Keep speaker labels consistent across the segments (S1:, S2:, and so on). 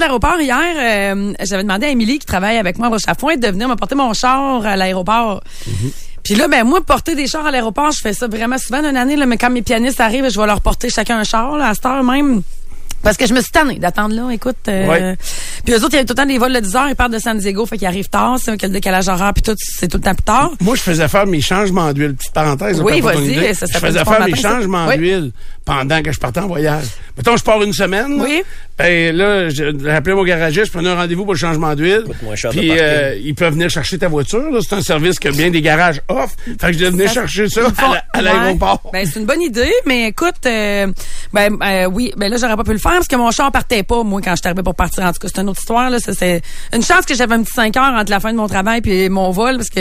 S1: l'aéroport hier, euh, j'avais demandé à Émilie, qui travaille avec moi à Rochefoin, de venir m'apporter mon char à l'aéroport. Puis là, ben moi, porter des chars à l'aéroport, je fais ça vraiment souvent d'une année. Là, mais quand mes pianistes arrivent, je vais leur porter chacun un char, là, à cette heure même. Parce que je me suis tannée d'attendre là, écoute. euh,
S2: Ouais.
S1: Puis eux autres, il y a tout le temps des vols de 10 heures, ils partent de San Diego, fait qu'ils arrivent tard, c'est un décalage horaire, puis tout, c'est tout le temps plus tard.
S2: Moi, je faisais faire mes changements d'huile. Petite parenthèse. on
S1: Oui,
S2: perd pas ton
S1: vas-y,
S2: idée.
S1: ça
S2: Je
S1: s'appelle
S2: faisais
S1: du
S2: faire
S1: bon
S2: mes
S1: matin, ça.
S2: changements
S1: Oui.
S2: d'huile pendant que je partais en voyage. Mettons, je pars une semaine. là.
S1: Oui.
S2: Ben là, je- j'appelais mon garagiste, je prenais un rendez-vous pour le changement d'huile.
S3: Coûte moins cher de
S2: Puis
S3: parking.
S2: euh, ils peuvent venir chercher ta voiture. là. C'est un service que bien des garages offrent. Fait que je venais
S1: Ça,
S2: chercher ça
S1: ils font-
S2: à la- à l'aéroport.
S1: Ouais. Ben, c'est une bonne idée, mais écoute, euh, ben euh, oui, ben là j'aurais pas pu le faire parce que mon char partait pas moi quand je suis arrivée pour partir. En tout cas, c'est une autre histoire là. Ça, c'est une chance que j'avais un petit 5 heures entre la fin de mon travail puis mon vol parce que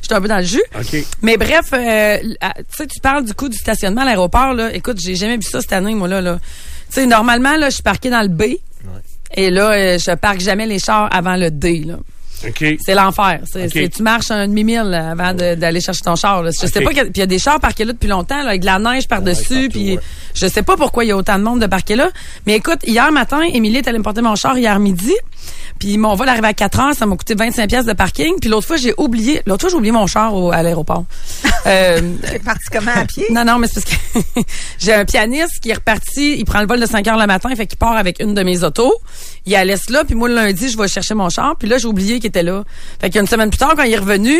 S1: j'étais un peu dans le jus.
S2: OK.
S1: Mais bref, euh, à- tu sais, tu parles du coût du stationnement à l'aéroport là. Écoute, j'ai jamais vu ça cette année moi là. là. Tu sais, normalement là, je suis parquée dans le B. Et là, euh, je parque jamais les chars avant le D là.
S2: OK.
S1: C'est l'enfer. C'est-
S2: OK.
S1: c'est- Tu marches un demi-mille là, avant de- d'aller chercher ton char. là. Je sais
S2: OK.
S1: pas. que- Puis il y a des chars parqués là depuis longtemps, là, avec de la neige
S3: Ouais,
S1: par-dessus.
S3: partout,
S1: Puis
S3: ouais.
S1: je sais pas pourquoi il y a autant de monde de parqués là. Mais écoute, hier matin, Émilie est allée me porter mon char hier midi. Puis mon vol arrivait à 4 heures. Ça m'a coûté 25 pièces de parking. Puis l'autre fois, j'ai oublié. L'autre fois, j'ai oublié mon char au- à l'aéroport. Euh,
S4: T'es parti comment à pied?
S1: non, non, mais c'est parce que j'ai un pianiste qui est reparti, il prend le vol de 5 heures le matin, fait qu'il part avec une de mes autos. Il la laisse là, puis moi, le lundi, je vais chercher mon char, puis là, j'ai oublié qu'il était là. Fait qu'une semaine plus tard, quand il est revenu,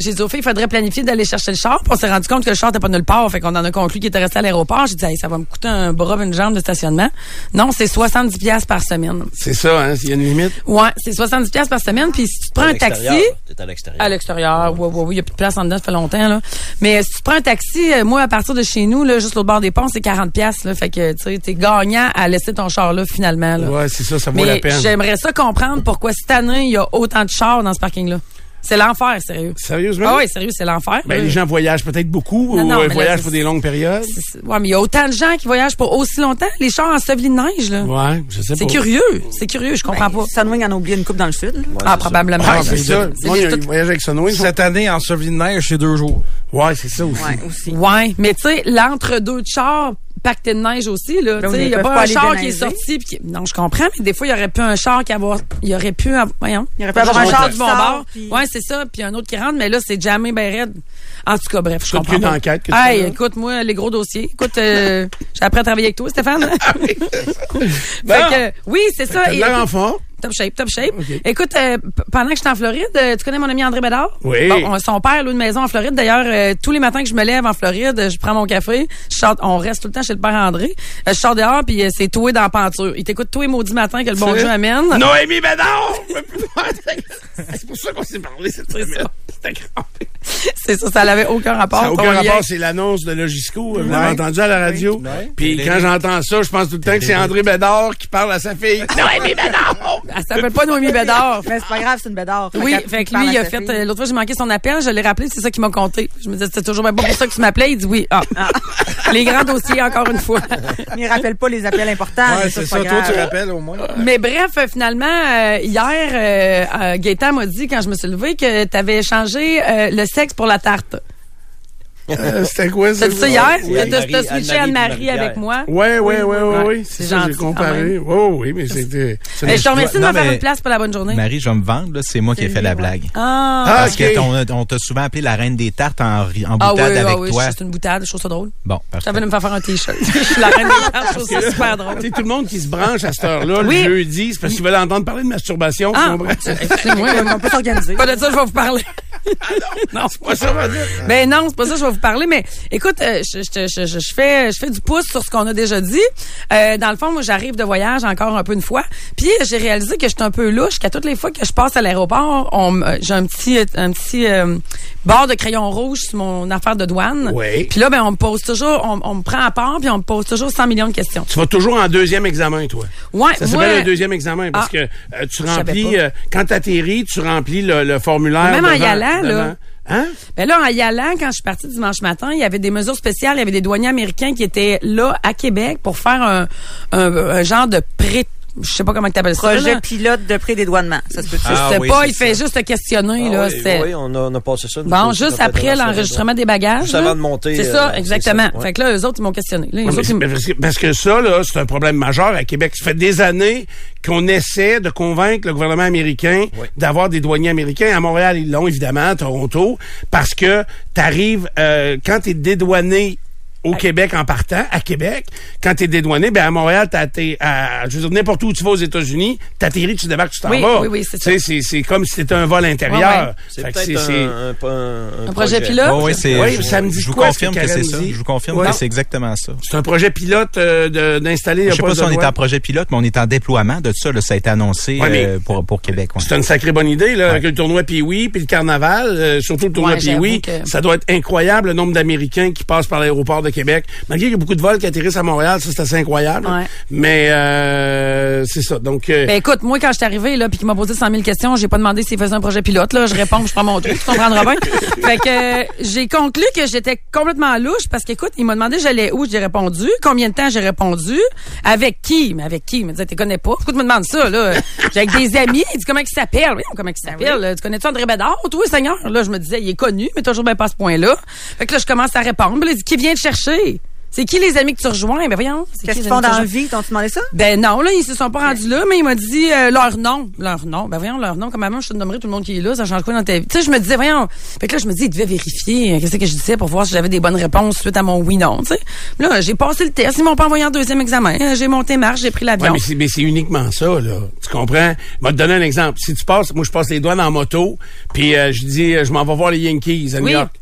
S1: j'ai dit aux filles, il faudrait planifier d'aller chercher le char. Puis on s'est rendu compte que le char n'était pas nulle part. Fait qu'on en a conclu qu'il était resté à l'aéroport. J'ai dit, Hey, ça va me coûter un bras, une jambe de stationnement. Non, c'est 70$ piastres par semaine.
S2: C'est ça, hein? Il y a une limite.
S1: Ouais, c'est 70$ piastres par semaine. Puis si tu te prends
S3: À
S1: un taxi,
S3: l'extérieur, T'es à l'extérieur.
S1: à l'extérieur, oui, oui, oui. Il n'y a plus de place en dedans, ça fait longtemps, là. Mais si tu prends un taxi, euh, moi, à partir de chez nous, là, juste au bord des ponts, c'est 40 pièces là. Fait que, tu sais, t'es gagnant à laisser ton char là, finalement, là.
S2: Ouais, c'est ça, ça vaut la
S1: Mais
S2: peine.
S1: j'aimerais ça comprendre pourquoi cette année, il y a autant de chars dans ce parking-là. C'est l'enfer, sérieux.
S2: Sérieusement?
S1: Ah oui, sérieux, c'est l'enfer.
S2: Ben,
S1: là.
S2: les gens voyagent peut-être beaucoup
S1: Non, non,
S2: ou
S1: mais
S2: euh,
S1: là,
S2: voyagent
S1: c'est-
S2: pour des longues périodes.
S1: C'est- Ouais, mais il y a autant de gens qui voyagent pour aussi longtemps. Les chars ensevelis de neige, là.
S2: Ouais, je sais pas.
S1: C'est curieux. C'est curieux, je comprends pas.
S4: Sunwing en a oublié une coupe dans le sud. là.
S1: Ah, probablement.
S2: Ouais, c'est ça.
S1: C'est juste
S2: Moi, il y a
S1: tout-
S2: un voyage avec Sunwing.
S5: Cette année, en survie de neige, c'est deux jours.
S2: Ouais, c'est ça aussi.
S4: Ouais, aussi.
S1: Ouais, mais tu sais, l'entre-deux de chars pacté de neige aussi, là.
S4: Là,
S1: Tu
S4: ils
S1: sais, il n'y a
S4: Ben peuvent
S1: pas,
S4: pas
S1: un
S4: aller
S1: char qui est
S4: déneiger.
S1: sorti. pis qui- Non, je comprends, mais des fois, il y aurait pu un char qui avoir. Il aurait pu. avoir- Voyons.
S4: Il aurait pu avoir un char
S1: du
S4: qui
S1: bon
S4: sort,
S1: bord.
S4: puis-
S1: Ouais, c'est ça. Puis un autre qui rentre, mais là, c'est jamais ben raide. En tout cas, bref, je
S2: T'as
S1: comprends.
S2: aucune
S1: pas.
S2: enquête que tu
S1: Hey,
S2: fais, là?
S1: écoute, moi, les gros dossiers. Écoute, euh, j'ai appris à travailler avec toi, Stéphane.
S2: Ah
S1: fait que, oui, c'est ça.
S2: T'as de
S1: Et-
S2: l'air en forme.
S1: Top shape, top shape.
S2: Ok.
S1: Écoute, euh, p- pendant que j'étais en Floride, euh, tu connais mon ami André Bédard?
S2: Oui.
S1: Bon, on- son père loue une maison en Floride. D'ailleurs, euh, tous les matins que je me lève en Floride, euh, je prends mon café, je sors- on reste tout le temps chez le père André. Euh, je sors dehors, puis euh, c'est toué dans la peinture. Il t'écoute tous les maudits matins que le bon Dieu amène.
S2: Noémie Bédard! Je peux plus voir ta- c'est pour ça qu'on s'est parlé cette semaine. C'était crampé.
S1: C'est ça, ça n'avait aucun rapport.
S2: Ça n'a
S1: Ah, ton
S2: aucun
S1: lien.
S2: rapport, c'est l'annonce de Logisco. Vous l'avez
S5: Ouais.
S2: entendu à la radio.
S5: Ouais.
S2: Puis
S5: Télé.
S2: quand j'entends ça, je pense tout le temps que c'est André Bédard qui parle à sa fille. Noémie Bédard!
S1: Elle s'appelle pas Noémie Bédard.
S4: Mais c'est pas grave, c'est une bédard.
S1: Oui,
S4: qu'elle
S1: fait que
S4: parle
S1: lui, il
S4: à
S1: a
S4: sa
S1: fait.
S4: fille.
S1: euh, L'autre fois, j'ai manqué son appel, je l'ai rappelé, c'est ça qui m'a compté. Je me disais, c'était toujours ben pas pour ça que tu m'appelais. Il dit oui. Ah. Les grands dossiers, encore une fois.
S4: Mais il rappelle pas les appels importants.
S5: Ouais,
S4: mais
S5: c'est
S4: c'est
S5: ça.
S4: pas
S5: Toi,
S4: grave.
S5: tu rappelles au moins.
S1: Mais bref, euh, finalement, euh, hier, euh, euh, Gaëtan m'a dit, quand je me suis levée, que tu avais échangé euh, le sexe pour la tarte.
S2: Euh, C'était quoi ça?
S1: T'as dit ça hier?
S3: c'est
S1: T'as
S3: Anne-Marie-
S1: t'as switché
S3: Anne-Marie
S1: Anne-Marie
S3: puis Marie-Pierre.
S1: avec moi?
S2: Ouais, ouais, ouais, ouais, ouais. C'est
S1: C'est
S2: ça, j'ai
S1: gentil, quand
S2: comparé.
S1: même.
S2: Ouais, oui, mais c'était. c'est
S1: Eh, je te remercie de
S6: Non,
S1: me faire
S6: mais-
S1: une place pour la bonne journée.
S6: Marie, je vais me vendre, là, c'est moi qui ai fait la blague.
S1: Ah,
S2: Ah,
S6: Parce
S2: ok.
S6: que ton- on t'a souvent appelé la reine des tartes en, ri- en
S1: ah oui,
S6: boutade
S1: ah
S6: avec
S1: oui,
S6: toi.
S1: c'est une boutade, je trouve ça drôle.
S6: Bon,
S1: Ça
S6: parfait.
S1: venait me faire faire un t-shirt. je suis la reine des tartes, je trouve ça super drôle.
S2: C'est tout le monde qui se branche à cette heure-là,
S1: Oui.
S2: le jeudi, c'est parce qu'ils veulent entendre parler de masturbation. tu
S1: Ah,
S2: comprends?
S1: excusez-moi,
S4: On peut s'organiser.
S1: pas de ça, je vais vous parler.
S6: Ah
S1: non, c'est
S2: Pas ça, va dire.
S1: Ben non, c'est pas ça que je vais vous parler, mais écoute, euh, je, je, je, je, je fais, je fais du pouce sur ce qu'on a déjà dit. Euh, dans le fond, moi, j'arrive de voyage encore un peu une fois, puis euh, j'ai réalisé que j'étais un peu louche, qu'à toutes les fois que je passe à l'aéroport, on me- euh, j'ai un petit, un petit euh, bord de crayon rouge sur mon affaire de douane.
S2: Oui.
S1: Puis là, ben, on me pose toujours, on, on me prend à part, puis on me pose toujours 100 millions de questions.
S2: Tu vas toujours en deuxième examen, toi.
S1: Ouais,
S2: Ça
S1: moi-
S2: s'appelle un deuxième examen parce
S1: Ah.
S2: que euh, tu
S1: savais
S2: remplis,
S1: pas.
S2: euh, quand t'atterris, tu remplis le, le formulaire.
S1: Même en
S2: devant-
S1: y allant, là.
S2: devant. Hein?
S1: Ben là, en y allant, quand je suis partie dimanche matin, il y avait des mesures spéciales. Il y avait des douaniers américains qui étaient là à Québec pour faire un, un- un genre de pré je sais pas comment tu appelles ça. là.
S4: Projet pilote de prédédouanement. Ça se peut
S1: Je
S6: Ah
S1: sais
S6: oui,
S1: pas,
S6: c'est
S1: il fait juste te questionner,
S3: Ah
S1: là.
S3: oui,
S1: c'était-
S3: oui, on a, on a passé ça. nous
S1: Bon,
S3: autres,
S1: juste
S3: dans notre
S1: après
S3: référendum.
S1: l'enregistrement des bagages.
S3: Juste
S1: là.
S3: avant de monter,
S1: C'est
S3: euh,
S1: ça,
S3: c'est
S1: exactement.
S3: ça, ouais.
S1: Fait que là, eux autres, ils m'ont questionné. Là, les
S2: Ouais, mais
S1: autres, ils
S2: c'est-
S1: m-
S2: mais parce, que, parce que ça, là, c'est un problème majeur à Québec. Ça fait des années qu'on essaie de convaincre le gouvernement américain
S3: Oui.
S2: d'avoir des douaniers américains. À Montréal, ils l'ont, évidemment, à Toronto, parce que t'arrives, euh, quand t'es dédouané au Québec en partant, à Québec, quand t'es dédouané, ben à Montréal, t'as t'es, à, je veux dire, n'importe où tu vas aux États-Unis, t'atterris, tu débarques, tu t'en
S1: Oui,
S2: vas.
S1: oui, oui, c'est
S2: Tu sais, C'est, c'est comme si c'était un vol
S1: Ouais,
S2: intérieur.
S1: ouais.
S3: C'est
S2: Fait que
S3: peut-être
S2: c'est-
S3: un, un, un, un
S1: Un projet pilote?
S6: Ouais, ouais, c'est-
S2: Oui,
S6: je-
S2: ça me dit
S6: je vous
S2: quoi, ce que
S6: confirme que,
S2: Karen
S6: c'est ça.
S2: dit?
S6: Je vous confirme
S2: Ouais.
S6: que c'est exactement ça.
S2: c'est un projet pilote euh, de- d'installer
S6: Je
S2: un
S6: sais pas
S2: poste
S6: si
S2: de
S6: on est
S2: douane.
S6: en projet pilote, mais on est en déploiement de ça. Là, ça a été annoncé
S2: Ouais, mais-
S6: euh, pour, pour Québec. ouais.
S2: C'est une sacrée bonne idée, là,
S6: Ouais.
S2: avec le tournoi Pee-Wee, puis le carnaval, euh, surtout le tournoi
S1: Ouais, j'avoue
S2: Pee-Wee.
S1: que-
S2: Ça doit être incroyable, le nombre d'Américains qui passent par l'aéroport de Québec. Malgré qu'il y a beaucoup de vols qui atterrissent à Montréal, ça, c'est assez incroyable.
S1: Ouais.
S2: Mais euh, c'est ça. Donc, euh,
S1: Ben écoute, moi quand je suis arrivée là, puis qu'il m'a posé 100 000 questions, j'ai pas demandé s'il faisait un projet pilote là. Je réponds, je prends mon trou, tu comprendras bien. Fait que euh, j'ai conclu que j'étais complètement louche parce qu'écoute, il m'a demandé j'allais où, j'ai répondu, combien de temps j'ai répondu, avec qui, mais avec qui, il me disait tu connais pas. Pourquoi tu me demandes ça là J'ai avec des amis. Il dit comment il s'appelle Oui, comment il
S4: Ben
S1: s'appelle là? Tu connais tu André Bédard Toi, Seigneur Là, je me disais il est connu, mais toujours bien pas à ce point-là. Fait que là, je commence à répondre. Puis là, il dit qui vient te chercher C'est qui les amis que tu rejoins Ben voyons. c'est qui
S4: Qu'est-ce
S1: les
S4: qu'ils font
S1: amis que tu
S4: dans la
S1: rejoins?
S4: vie? T'ont-tu demandé ça?
S1: Ben non, là, ils se sont pas rendus là, mais il m'a dit euh, leur nom. Leur nom. Ben voyons, leur nom. Comme maman, je te nommerai tout le monde qui est là, ça change quoi dans ta vie? Tu sais, je me disais, voyons. Fait que là, je me dis, il devait vérifier euh, qu'est-ce que je disais pour voir si j'avais des bonnes réponses suite à mon oui-non, tu sais. Là, j'ai passé le test, ils m'ont pas envoyé en deuxième examen. Euh, J'ai monté marche, j'ai pris
S2: ouais,
S1: l'avion.
S2: mais c'est- mais c'est uniquement ça, là. Tu comprends? Je vais te donner un exemple. Si tu passes, moi, je passe les douanes en moto, puis euh, je dis, euh, je m'en vais voir les Yankees à New
S1: Oui.
S2: York.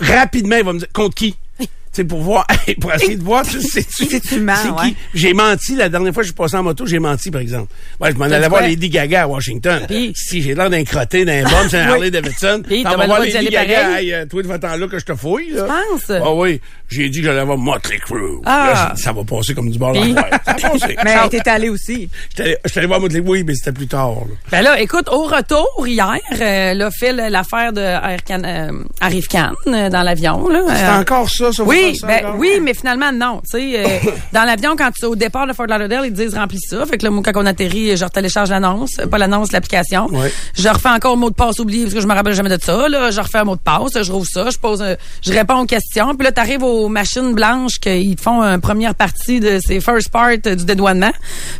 S2: Rapidement, il va me dire, contre qui? Tu sais, pour voir, pour essayer de voir, tu sais, c'est-tu-
S4: Si tu mens,
S2: c'est qui?
S4: ouais.
S2: J'ai menti la dernière fois que je suis passé en moto, j'ai menti, par exemple. Ouais, je m'en
S1: dit
S2: allais voir
S1: quoi?
S2: Lady Gaga à Washington.
S1: Puis?
S2: Si j'ai l'air d'un crotté, d'un bombe, c'est un Harley Davidson.
S1: Puis,
S2: t'en
S1: t'as bien
S2: vas
S1: le
S2: voir
S1: droit d'y
S2: Lady
S1: aller
S2: Gaga,
S1: pareil.
S2: hey, euh, toi, devant temps là que je te fouille,
S1: Tu
S2: là.
S1: penses?
S2: Ah oui. J'ai dit que j'allais voir Motley Crue.
S1: Ah.
S2: Là, j'ai dit, ça va passer comme du bord à
S1: Puis?
S2: l'envers. Ça va passer.
S4: Mais
S2: Ça-
S4: t'es allé aussi.
S2: J'étais allé- j'étais allé voir Motley Crue, mais c'était plus tard, là.
S1: Ben là, écoute, au retour hier, euh, là, Phil, l'affaire de Air Can, euh, Arrive Can, euh, dans l'avion, là.
S2: C'est
S1: euh,
S2: encore ça, ça vous
S1: Oui,
S2: fait ça,
S1: ben,
S2: encore?
S1: oui, mais finalement, non. Tu sais, euh, dans l'avion, quand tu au départ de Fort Lauderdale, ils te disent remplis ça. Fait que là, moi, quand on atterrit, je télécharge l'annonce, euh, pas l'annonce, l'application.
S2: Ouais.
S1: Je refais encore mot de passe oublié parce que je me rappelle jamais de ça. Là, je refais un mot de passe, je rouvre ça, je pose, un- je réponds aux questions. Puis là, t'arrives aux machines blanches qu'ils te font une première partie de ces first part euh, du dédouanement.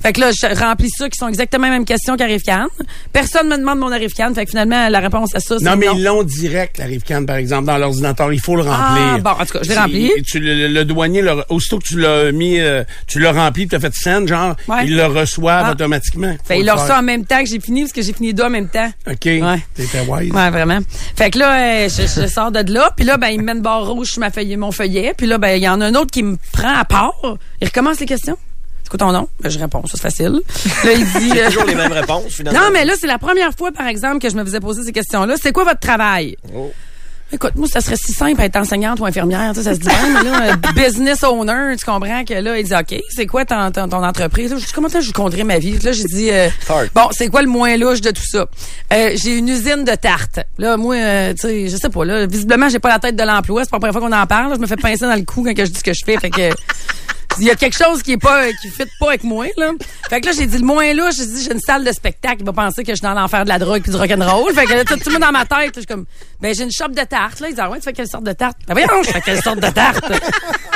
S1: Fait que là, je remplis ça qui sont exactement les mêmes questions qu'arrive Cannes. Personne me demande mon arrive Cannes. Fait que finalement, la réponse à ça, c'est
S2: Non, mais ils l'ont direct, la Rivcan, par exemple, dans l'ordinateur. Il faut le remplir.
S1: Ah, bon, en tout cas, je l'ai
S2: Tu-
S1: rempli.
S2: Tu, le, le douanier, le- aussitôt que tu l'as mis, euh, tu l'as rempli, tu as fait scène, genre,
S1: Ouais.
S2: ils le reçoivent
S1: Ah.
S2: automatiquement.
S1: Fait, il
S2: Faut le
S1: leur
S2: faire.
S1: ça en même temps que j'ai fini parce que j'ai fini deux en même temps.
S2: OK.
S1: Ouais.
S2: T'étais wise.
S1: Ouais, vraiment. Fait que là, euh, je, je sors de là, puis là, ben, il me met une barre rouge sur ma feuille, mon feuillet, puis là, ben, il y en a un autre qui me prend à part. Il recommence les questions. C'est quoi ton nom? Ben, je réponds, ça c'est facile. Là, il dit. euh,
S3: Toujours les mêmes réponses, finalement.
S1: non, mais là, c'est la première fois, par exemple, que je me faisais poser ces questions-là. C'est quoi votre travail?
S3: Oh,
S1: Écoute, moi, ça serait si simple à être enseignante ou infirmière, tu sais, ça se dit bien, mais là, euh, business owner, tu comprends que là, il dit, OK, c'est quoi ton, ton, ton entreprise? Là, je dis, comment ça, je conduirais ma vie? Là, j'ai dit, euh,
S3: Tarte.
S1: bon, c'est quoi le moins louche de tout ça? Euh, j'ai une usine de tartes. Là, moi, euh, tu sais, je sais pas, là, visiblement, j'ai pas la tête de l'emploi, c'est pas la première fois qu'on en parle, là. je me fais pincer dans le cou quand que je dis ce que je fais, fait que... Il y a quelque chose qui est pas qui fit pas avec moi là. Fait que là j'ai dit le moins là, j'ai dit j'ai une salle de spectacle, il va penser que je suis dans l'enfer de la drogue puis du rock'n'roll. Fait que là tout tout le monde dans ma tête, là, je suis comme ben j'ai une shop de tartes là, ils disent ah ouais, tu fais quelle sorte de tarte Ben voyons, je fais quelle sorte de tarte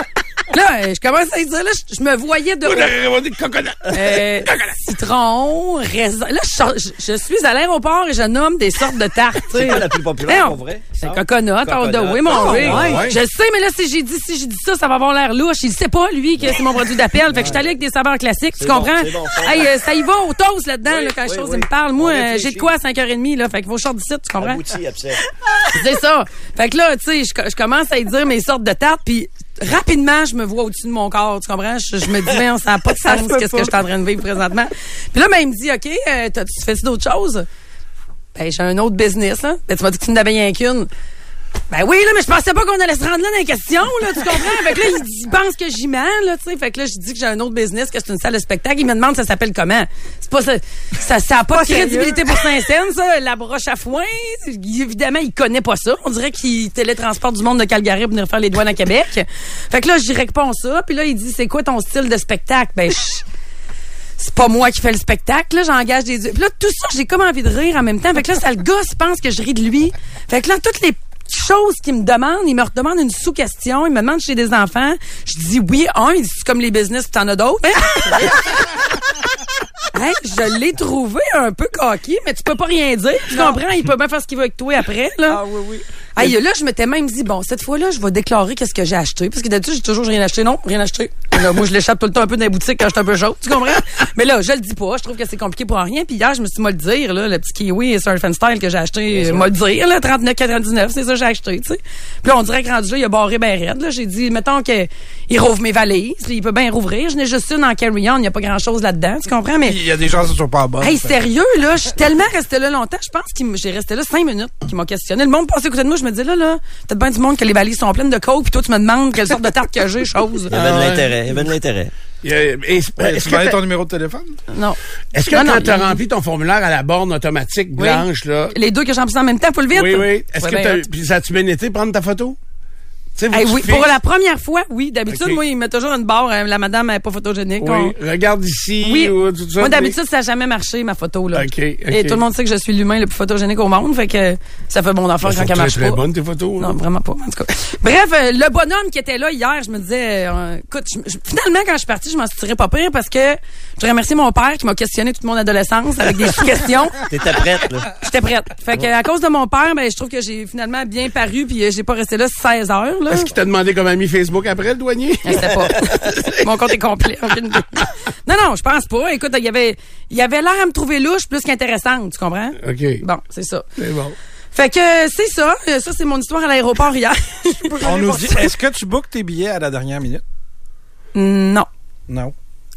S1: Là, euh, je commence à dire là, je, je me voyais de
S2: Moi, j'aurais répondu Eh, coconut.
S1: euh, citron, raisin. Là, je, sors- je- je suis à l'aéroport et je nomme des sortes de tartes. tu sais.
S3: quoi la plus populaire,
S1: Non.
S3: pour vrai?
S1: C'est coconut, all
S3: Coconut.
S1: the way, mon
S3: Oh,
S1: Dieu.
S3: ouais.
S1: Je sais, mais là, si j'ai dit, si j'ai dit ça, ça va avoir l'air louche. Il sait pas, lui, que c'est mon produit d'appel. Fait que je suis allée avec des saveurs classiques, tu
S3: C'est bon,
S1: comprends?
S3: c'est bon, ça.
S1: Hey, euh, ça y va au toast là-dedans,
S3: Oui,
S1: là, quand
S3: oui,
S1: chose,
S3: oui.
S1: il me parle. Moi,
S3: On
S1: euh,
S3: réfléchit.
S1: j'ai de quoi à 5h30, là. Fait qu'il faut short d'ici, tu comprends?
S3: Abouti, absent.
S1: C'est ça. Fait que là, tu sais, je, co- je commence à y dire mes sortes de tartes, puis rapidement, je me vois au-dessus de mon corps, tu comprends? Je, je me dis, mais on sent pas de
S4: Ça
S1: sens,
S4: se peut
S1: qu'est-ce que
S4: pas.
S1: je suis en train de vivre présentement. Puis là, ben, il me dit, OK, euh, t'as- tu fais-tu d'autres choses? Ben, j'ai un autre business, hein. Ben, tu m'as dit que tu n'avais rien qu'une. Ben oui, là, mais je pensais pas qu'on allait se rendre là dans les questions, là, tu comprends? Fait que là, il dit- il pense que j'y mens, là, tu sais. Fait que là, je dis que j'ai un autre business, que c'est une salle de spectacle. Il me demande ça s'appelle comment. C'est pas ça, ça, ça a pas,
S4: Pas
S1: de crédibilité
S4: sérieux.
S1: pour Saint-Saëns, ça. La broche à foin. Il- Évidemment, il connaît pas ça. On dirait qu'il télétransporte du monde de Calgary pour venir faire les douanes à Québec. Fait que là, j'y réponds ça. Puis là, il dit, c'est quoi ton style de spectacle? Ben, je- c'est pas moi qui fais le spectacle, là, j'engage des... Puis là, tout ça, j'ai comme envie de rire en même temps. Fait que là, ça le gosse pense que je ris de lui. Fait que là, toutes les choses qu'il me demande, il me redemande une sous-question, il me demande si j'ai des enfants. Je dis oui, un, il dit c'est comme les business, puis t'en as d'autres. Hein, je l'ai trouvé un peu coquille, mais tu peux pas rien dire. Tu comprends? Il peut bien faire ce qu'il veut avec toi après, là.
S4: Ah oui, oui.
S1: Aïe, là, je m'étais même dit, bon, cette fois-là, je vais déclarer qu'est-ce que j'ai acheté. Parce que d'habitude, j'ai toujours rien acheté. Non, rien acheté. Là, moi, je l'échappe tout le temps un peu dans les boutiques quand je suis un peu chaud. Tu comprends? Mais là, je le dis pas. Je trouve que c'est compliqué pour en rien. Puis hier, je me suis dit, moi, le dire, là, le petit kiwi Surf and Style que j'ai acheté, euh, moi, le dire, là, 39,99, c'est ça que j'ai acheté, tu sais. Puis là, on dirait que rendu là, il a barré ben raide, là. J'ai dit, mettons que il rouvre mes valises. Il peut bien rouvrir. Je n'ai juste une en carry-on. Il n'y a pas grand-chose là-dedans. Tu comprends? Mais
S5: Il y a des chances que ce soit pas bonne.
S1: Hey, sérieux, là, je suis tellement restée là longtemps. Je pense que j'ai resté là cinq minutes, qui m'ont questionné. Le monde passait à côté de moi, je me disais, là, là, peut-être bien du monde que les valises sont pleines de coke, puis toi, tu me demandes quelle sorte de tarte que j'ai, chose.
S3: Il y avait
S2: Ah
S3: de l'intérêt. Il y avait de l'intérêt.
S2: Euh, Est-ce
S5: Est-ce
S2: est-ce que,
S5: que tu donné
S2: t'as-
S5: ton numéro de téléphone?
S1: Non.
S2: est-ce que
S1: Non, non,
S2: quand tu as
S1: il-
S2: rempli ton formulaire à la borne automatique
S1: Oui.
S2: blanche, là,
S1: Les deux que j'en en même temps, faut le vite.
S2: oui, oui, est-ce
S1: Ouais,
S2: que
S1: ben,
S2: t'as-
S1: hot.
S2: puis ça a-tu bien été prendre ta photo? Tu sais, vous
S1: Hey,
S2: tu
S1: oui,
S2: files-
S1: pour la première fois, oui. D'habitude,
S2: Ok.
S1: moi, il met toujours une barre. hein, la madame elle est pas photogénique. on-
S2: Oui, regarde ici.
S1: Oui.
S2: ou tout ça,
S1: Moi,
S2: oui.
S1: d'habitude, ça n'a jamais marché, ma photo, là.
S2: OK, OK.
S1: Et tout le monde sait que je suis l'humain le plus photogénique au monde, fait que ça fait bon enfant
S2: Elles sont
S1: quand
S2: très,
S1: elle marche
S2: très
S1: pas.
S2: bonnes, tes photos.
S1: Non,
S2: là.
S1: vraiment pas. En tout cas. Bref, euh, le bonhomme qui était là hier, je me disais, euh, écoute, je- je- finalement, quand je suis partie, je m'en suis tirée pas pire parce que je remercie mon père qui m'a questionné toute mon adolescence avec des questions.
S3: T'étais prête, là.
S1: J'étais prête. Fait que, à cause de mon père, ben, je trouve que j'ai finalement bien paru puis euh, j'ai pas resté là 16 heures, là.
S2: Est-ce qu'il t'a demandé comme ami Facebook après, le douanier?
S1: Je sais pas. Mon compte est complet. aucune idée. Non, non, je pense pas. Écoute, il y avait, il y avait l'air à me trouver louche plus qu'intéressante, tu comprends?
S2: OK.
S1: Bon, c'est ça.
S2: C'est bon.
S1: Fait que, euh, c'est ça. Euh, Ça, c'est mon histoire à l'aéroport hier.
S5: On nous dit, est-ce que tu bookes tes billets à la dernière minute?
S1: non.
S5: Non.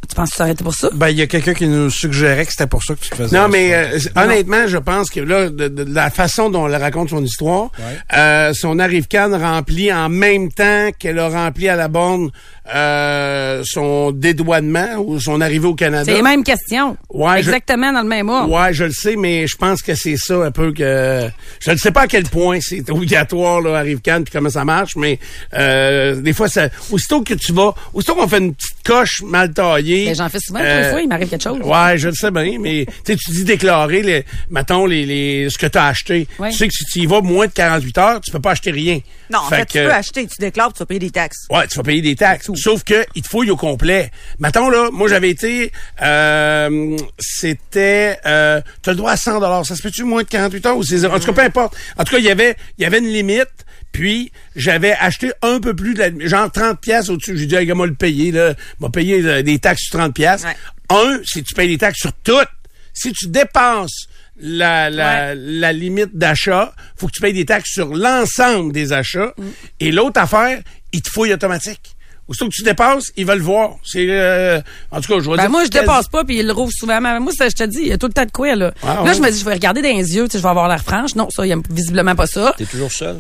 S1: Tu penses que ça aurait été pour ça?
S5: Ben, il y a quelqu'un qui nous suggérait que c'était pour ça que tu te faisais.
S2: Non, mais euh, c'est- honnêtement, je pense que là, de, de- de la façon dont elle raconte son histoire,
S5: Ouais.
S2: euh, son arrive can remplit en même temps qu'elle a rempli à la borne euh, son dédouanement ou son arrivée au Canada.
S1: C'est les mêmes questions.
S2: Ouais, je-
S1: Exactement dans le même ordre.
S2: Ouais, je le sais, mais je pense que c'est ça un peu que je ne sais pas à quel point c'est obligatoire là arrive can puis comment ça marche, mais euh, des fois ça aussitôt que tu vas, aussitôt qu'on fait une petite coche mal taillée.
S1: Mais
S2: euh,
S1: Ben, j'en fais souvent, tous les fois, il m'arrive quelque chose.
S2: Ouais, je le sais bien, mais tu sais, tu dis déclarer les, mettons les, les ce que tu as acheté.
S1: Ouais.
S2: Tu sais que si tu y vas moins de 48 heures, tu peux pas acheter rien.
S4: Non, en
S2: Fait
S4: fait, tu
S2: que-
S4: peux acheter, tu déclares, puis tu vas payer des taxes.
S2: Ouais, tu vas payer des taxes. Sauf que il te fouille au complet. Mettons là, moi j'avais été euh, c'était euh, t'as le droit à 100 dollars, ça se peut-tu moins de 48 heures ou c'est zéro? en tout cas peu importe. En tout cas, il y avait il y avait une limite, puis j'avais acheté un peu plus de la genre 30 pièces au-dessus, j'ai dit hey, gars, moi le payer là, m'a payer euh, des taxes sur 30 pièces.
S4: Ouais.
S2: Un, si tu payes des taxes sur tout, si tu dépenses la, la, la limite d'achat, faut que tu payes des taxes sur l'ensemble des achats.
S1: Mm.
S2: Et l'autre affaire, ils te fouillent automatique. Aussitôt que tu dépasses, ils veulent voir. C'est euh, en tout cas, je vais
S1: Ben
S2: dire
S1: moi, je
S2: quasi-
S1: dépasse pas, puis il le rouvre souvent. Mais moi, ça, je te dis, il y a tout le temps de quoi, là.
S2: Ah,
S1: là,
S2: ouais.
S1: je me dis, je vais regarder dans les yeux, tu sais, je vais avoir l'air franche. Non, ça, il aime visiblement pas ça.
S3: T'es toujours seul.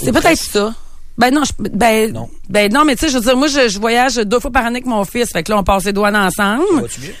S1: C'est peut-être ça. Ben non, je, ben,
S3: Non.
S1: ben non, mais tu sais, je veux dire, moi, je, je voyage deux fois par année avec mon fils. Fait que là, on passe les douanes ensemble.
S3: Vas-tu mieux?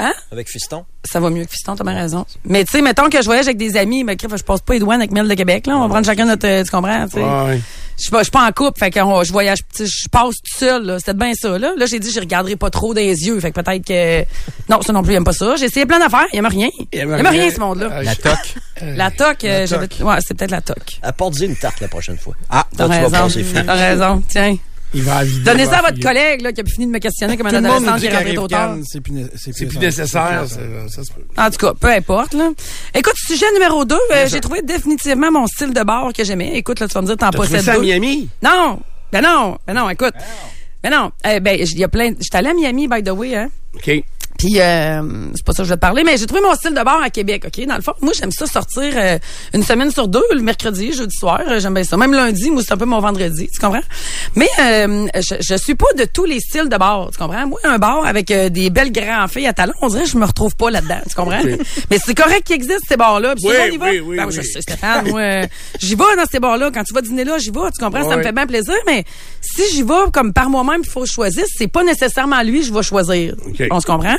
S1: Hein?
S3: Avec Fiston?
S1: Ça va mieux que Fiston, t'as bien raison. Mais tu sais, mettons que je voyage avec des amis, mais crif, je passe pas les douanes avec Mille de Québec, là. On va prendre chacun notre, euh, tu comprends, tu sais.
S2: Ouais.
S1: je suis pas- je suis pas en couple, fait que on- je voyage, tu sais, je passe tout seul, là. C'était bien ça, là. Là, j'ai dit, je regarderai pas trop dans les yeux, fait que peut-être que, non, ça non plus, il aime pas ça. J'ai essayé plein d'affaires, il aime rien. Il aime rien, ce monde-là.
S2: Ah,
S6: La
S2: je-
S6: toque.
S1: La toque, euh, j'avais- ouais, c'est peut-être la toque.
S3: Apporte-y une tarte la prochaine fois.
S6: Ah,
S1: T'as
S3: Là, tu vas penser
S1: raison. Ah,
S3: fou.
S1: T'as raison. Tiens.
S2: Il va à vider,
S1: Donnez
S2: il va
S1: ça à votre
S2: fouiller.
S1: collègue, là, qui a pu fini de me questionner comme un
S5: Tout le monde nous
S1: adolescent qui
S5: dit
S1: est rentré trop tard.
S4: Ah.
S5: qu'arrive c'est plus né- c'est
S2: C'est plus nécessaire, ça, ça se peut.
S1: En tout cas, peu importe, là. Écoute, sujet numéro 2, j'ai trouvé définitivement mon style de bar que j'aimais. Écoute, là, tu vas me dire, t'en
S2: T'as trouvé
S1: possèdes
S2: ça à
S1: deux.
S2: Miami?
S1: Non! Ben non! Ben non, écoute. Ben non. Euh, ben, il y a plein. J'étais allée à Miami, by the way, hein.
S2: OK.
S1: Puis, euh, c'est pas ça que je vais te parler, mais j'ai trouvé mon style de bar à Québec, OK? Dans le fond, moi, j'aime ça sortir euh, une semaine sur deux, le mercredi, jeudi soir, euh, j'aime bien ça. Même lundi, moi, c'est un peu mon vendredi, tu comprends? Mais euh, je, je suis pas de tous les styles de bar, tu comprends? Moi, un bar avec euh, des belles grandes filles à talons, on dirait que je me retrouve pas là-dedans, tu comprends? Mais c'est correct qu'il existe ces bars-là. puis
S2: Oui,
S1: tout le monde y va.
S2: oui, oui,
S1: Ben, moi,
S2: oui.
S1: Je sais, Stéphane, moi, euh, j'y vais dans ces bars-là. Quand tu vas dîner là, j'y vais, tu comprends? Ça me
S2: Ouais.
S1: fait bien plaisir, mais si j'y vais comme par moi-même, il faut que je choisisse, c'est pas nécessairement lui que je vais choisir.
S2: OK.
S1: On se comprend?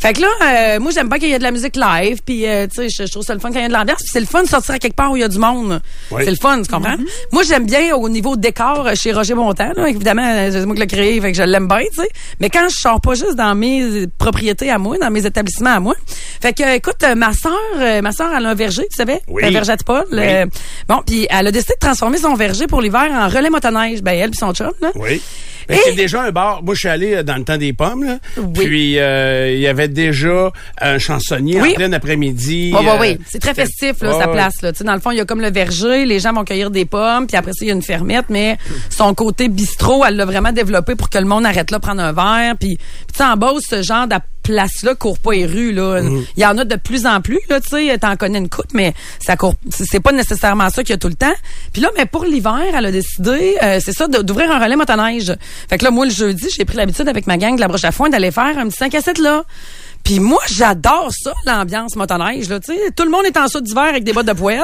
S1: Fait que là, euh, moi, j'aime pas qu'il y ait de la musique live. Puis, euh, tu sais, je, je trouve ça le fun quand il y a de l'ambiance. Puis, c'est le fun de sortir à quelque part où il y a du monde.
S2: Ouais.
S1: C'est le fun, tu comprends?
S2: Mm-hmm.
S1: Moi, j'aime bien au niveau décor euh, chez Roger Montan. là. Évidemment, euh, c'est moi qui l'ai créé, fait que je l'aime bien, tu sais. Mais quand je sors pas juste dans mes propriétés à moi, dans mes établissements à moi. Fait que, euh, écoute, euh, ma sœur, euh, ma sœur, elle a un verger, tu savais?
S2: Oui.
S1: Un verger à Paul.
S2: Oui.
S1: Euh, bon, puis elle a décidé de transformer son verger pour l'hiver en relais motoneige. Ben, elle puis son chum, là.
S2: Oui. Ben,
S1: Et-
S2: c'est déjà un bar. Moi, je suis allé euh, dans le temps des pommes, là.
S1: Oui.
S2: Puis, euh, il y avait déjà un chansonnier
S1: Oui.
S2: en plein après-midi.
S1: Oui, oui,
S2: euh,
S1: oui. C'est très
S2: c'était-
S1: festif, là,
S2: Ouais,
S1: sa
S2: ouais.
S1: place. Là. Tu sais, Dans le fond, il y a comme le verger, les gens vont cueillir des pommes, puis après ça, il y a une fermette, mais son côté bistrot, elle l'a vraiment développé pour que le monde arrête là, prendre un verre. Puis, puis tu sais, en Beauce, ce genre de place-là court pas les rues. Là.
S2: Mm-hmm.
S1: Il y en a de plus en plus, là, tu sais, t'en connais une coupe, mais ça court, c'est c'est pas nécessairement ça qu'il y a tout le temps. Puis là, mais pour l'hiver, elle a décidé, euh, c'est ça, de- d'ouvrir un relais motoneige. Fait que là, moi, le jeudi, j'ai pris l'habitude avec ma gang de la broche à foin d'aller faire un petit 5 à 7 là. Puis moi, j'adore ça, l'ambiance motoneige. Là, tu sais. tout le monde est en saut d'hiver avec des bottes de poêle.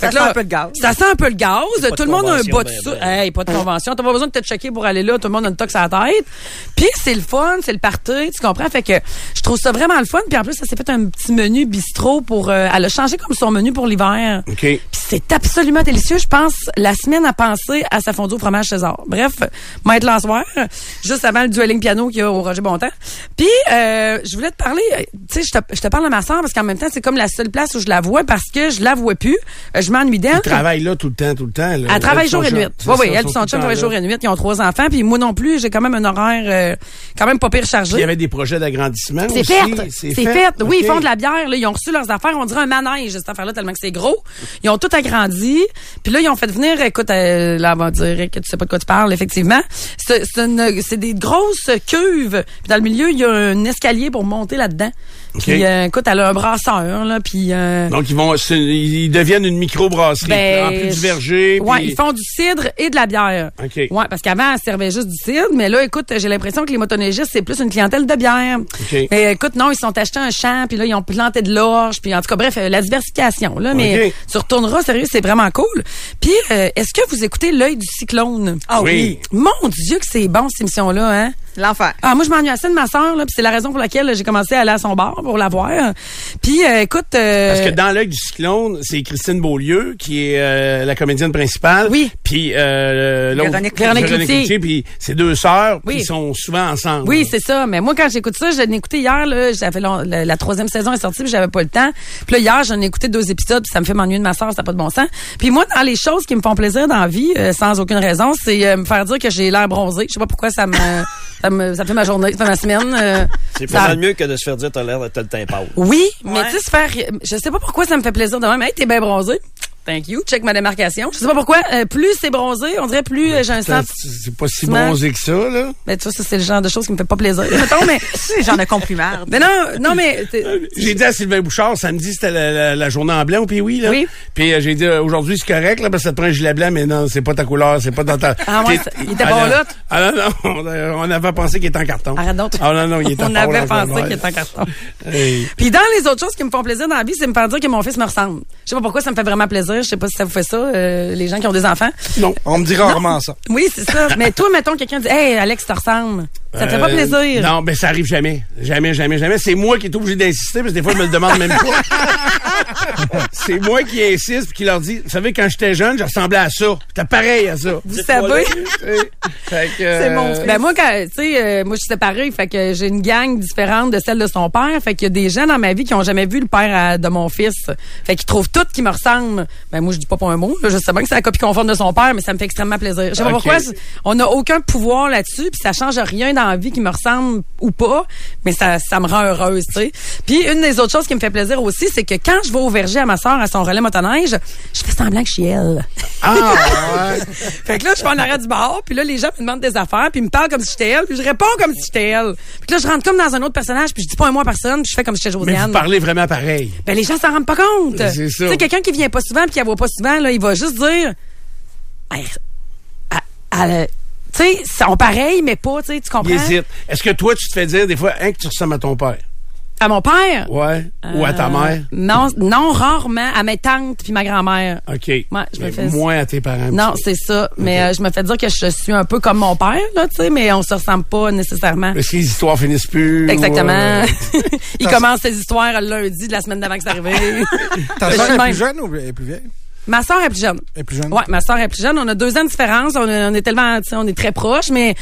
S4: Ça sent un peu le gaz.
S1: Ça sent un peu le gaz.
S3: de
S1: Tout le monde a un
S3: convention,
S1: bas de
S3: ben,
S1: ça.
S3: ben.
S1: Hey, pas de convention. T'as pas besoin de te checker pour aller là. Tout le monde a une toque à la tête. Puis c'est le fun, c'est le party. Tu comprends? Fait que je trouve ça vraiment le fun. Puis en plus, ça s'est fait un petit menu bistrot pour... euh, elle a changé comme son menu pour l'hiver.
S2: OK.
S1: Puis c'est absolument délicieux. Je pense la semaine à penser à sa fondue au fromage César. Bref, maître Lançoire, juste avant le dueling piano qu'il y a au Roger Bontemps. Puis euh, je voulais te parler, euh, tu sais, je te, je te parle de ma soeur parce qu'en même temps, c'est comme la seule place où je la vois parce que je la vois plus. Euh, Je m'ennuie d'elle.
S2: Elle travaille là tout le temps, tout le temps. là.
S1: Elle travaille
S2: et son
S1: jour et
S2: chum.
S1: nuit.
S2: C'est
S1: Oui,
S2: ça,
S1: oui,
S2: ils
S1: elle
S2: sont
S1: et son
S2: tout
S1: chum
S2: le temps
S1: travaillent
S2: là.
S1: jour et nuit. Ils ont trois enfants. Puis moi non plus, j'ai quand même un horaire euh, quand même pas pire chargé.
S2: Il y avait des projets d'agrandissement
S1: C'est
S2: aussi.
S1: fait. C'est fait. Oui,
S2: OK.
S1: ils font de la bière. Là. Ils ont reçu leurs affaires. On dirait un manège, cette affaire-là, tellement que c'est gros. Ils ont tout agrandi. Puis là, ils ont fait venir, écoute, euh, là, on va dire que tu sais pas de quoi tu parles, effectivement. C'est c'est une- c'est des grosses cuves. Puis dans le milieu, il y a un escalier pour monter là-dedans. Puis, euh, écoute, elle a un brasseur, là, puis... euh,
S2: Donc, ils vont, c'est- ils deviennent une micro-brasserie.
S1: ben,
S2: en plus du
S1: je-
S2: verger.
S1: Ouais,
S2: puis-
S1: ils font du cidre et de la bière.
S2: OK.
S1: Ouais, parce qu'avant, elle servait juste du cidre, mais là, écoute, j'ai l'impression que les motoneigistes, c'est plus une clientèle de bière.
S2: OK.
S1: Mais écoute, non, ils se sont achetés un champ, puis là, ils ont planté de l'orge, puis en tout cas, bref, euh, la diversification, là, mais
S2: OK.
S1: tu retourneras, sérieux, c'est vraiment cool. Puis, euh, est-ce que vous écoutez L'œil du cyclone?
S4: Ah
S2: oui.
S1: Mon Dieu que c'est bon, cette émission-là, hein?
S4: L'enfer.
S1: Ah, moi, je m'ennuie assez de ma sœur, là, puis c'est la raison pour laquelle j'ai commencé à aller à son bar pour la voir. Puis, euh, écoute... euh,
S2: Parce que dans l'œil du cyclone, c'est Christine Beaulieu qui est euh, la comédienne principale.
S1: Oui.
S2: Puis euh, l'autre,
S4: Véronique-
S1: Véronique Cloutier.
S2: Puis ses deux sœurs,
S1: Oui.
S2: puis ils sont souvent ensemble.
S1: Oui, c'est ça. Mais moi, quand j'écoute ça, je l'ai écouté hier. Là, j'avais long- la, la troisième saison est sortie, puis j'avais pas le temps. Puis là, hier, j'en ai écouté deux épisodes, puis ça me fait m'ennuyer de ma soeur, ça n'a pas de bon sens. Puis moi, dans les choses qui me font plaisir dans la vie, euh, sans aucune raison, c'est euh, me faire dire que j'ai l'air bronzé. Je sais pas pourquoi ça me, ça me, ça fait ma journée, ça fait ma semaine. euh,
S3: C'est
S1: ça-
S3: pas mal mieux que de se faire dire t'as l'air de t'as le teint pâle.
S1: oui, mais
S4: Ouais.
S1: tu sais, se faire. Je sais pas pourquoi ça me fait plaisir de même. Hey, t'es bien bronzé. Thank you. Check ma démarcation. Je sais pas pourquoi. euh, plus c'est bronzé, on dirait plus euh, j'ai un
S2: Ça,
S1: sens.
S2: c'est c'est pas si
S1: Sentiment.
S2: bronzé que ça, là.
S1: Mais tu vois, ça, c'est le genre de choses qui me fait pas plaisir. Mettons, mais.
S4: J'en ai compris marre.
S1: Mais non, non, mais. t'es-
S2: J'ai dit à Sylvain Bouchard, samedi, c'était la, la- la journée en blanc au oui là.
S1: Oui.
S2: Puis euh, j'ai dit, euh, aujourd'hui, c'est correct, là, parce que ça te prend un gilet blanc, mais non, c'est pas ta couleur, c'est pas dans ta...
S1: Ah, ouais,
S2: T'es-
S1: ça- il était
S2: Ah,
S1: pas
S2: non.
S1: là.
S2: Ah non, non, on, euh, on avait pensé qu'il était en carton.
S1: Arrête donc.
S2: Ah non, non, il était en
S1: On avait pensé qu'il était en carton. Puis dans les autres choses qui me font plaisir dans la vie, c'est me faire dire que mon fils me ressemble. Je sais pas pourquoi ça me fait vraiment plaisir. Je sais pas si ça vous fait ça, euh, les gens qui ont des enfants.
S2: Non.
S5: On me dit rarement ça.
S1: Oui, c'est ça. Mais toi, mettons, quelqu'un dit, hey, Alex, te ressemble. Ça te fait pas
S2: Euh,
S1: plaisir.
S2: Non, mais ça arrive jamais. Jamais, jamais, jamais. C'est moi qui est obligé d'insister parce que des fois, je me le demande même pas. c'est moi qui insiste puis qui leur dit, vous savez, quand j'étais jeune, je ressemblais à ça. J'étais pareil à ça. euh,
S1: Vous savez?
S2: C'est
S1: Ben moi, quand, tu sais, euh, moi, je suis séparée, fait que j'ai une gang différente de celle de son père. Fait qu'il y a des gens dans ma vie qui ont jamais vu le père à- de mon fils. Fait qu'ils trouvent tout qui me ressemble. Ben moi, je dis pas pour un mot. là. Je sais bien que c'est la copie conforme de son père, mais ça me fait extrêmement plaisir. Je sais pas
S2: Ok.
S1: pourquoi. c- On n'a aucun pouvoir là-dessus, puis ça change rien dans la vie qui me ressemble ou pas, mais ça, ça me rend heureuse, tu sais. Puis une des autres choses qui me fait plaisir aussi, c'est que quand je vais au verger à ma soeur à son relais motoneige, je fais semblant que je suis elle.
S2: Ah, ouais.
S1: Fait que là, je suis en arrière du bar, puis là, les gens me demandent des affaires, puis ils me parlent comme si j'étais elle, puis je réponds comme si j'étais elle. Puis que là, je rentre comme dans un autre personnage, puis je dis pas un mot à personne, puis je fais comme si j'étais
S2: Mais vous
S1: Josiane.
S2: parlez vraiment pareil.
S1: Ben, les gens s'en rendent pas compte.
S2: C'est ça.
S1: Tu sais, quelqu'un qui vient pas souvent, puis qui la voit pas souvent, là, il va juste dire. ben, Hey, elle- elle- tu sais, ils sont pareils, mais pas, tu sais, tu comprends?
S2: Il hésite. Est-ce que toi, tu te fais dire des fois, hein, que tu ressembles à ton père?
S1: À mon père?
S2: Ouais. Ou à ta
S1: Euh,
S2: mère?
S1: Non, non, rarement. À mes tantes puis ma grand-mère.
S2: OK.
S1: je me
S2: Mais
S1: fais-
S2: Moins à tes parents.
S1: Non, c'est ça. Mais euh, je me fais dire que je suis un peu comme mon père, là, tu sais, mais on se ressemble pas nécessairement.
S2: Parce que les histoires finissent plus. ou,
S1: Exactement.
S2: euh,
S1: Il commence ses histoires le lundi de la semaine d'avant que c'est arrivé.
S5: Ta
S1: Je
S5: soeur
S1: suis
S5: est
S1: même.
S5: plus jeune ou elle est plus vieille?
S1: Ma soeur est plus jeune.
S5: Elle est plus jeune.
S1: Ouais, ma soeur est plus jeune. On a deux ans de différence. On, est- on est tellement, tu sais, on est très proches, mais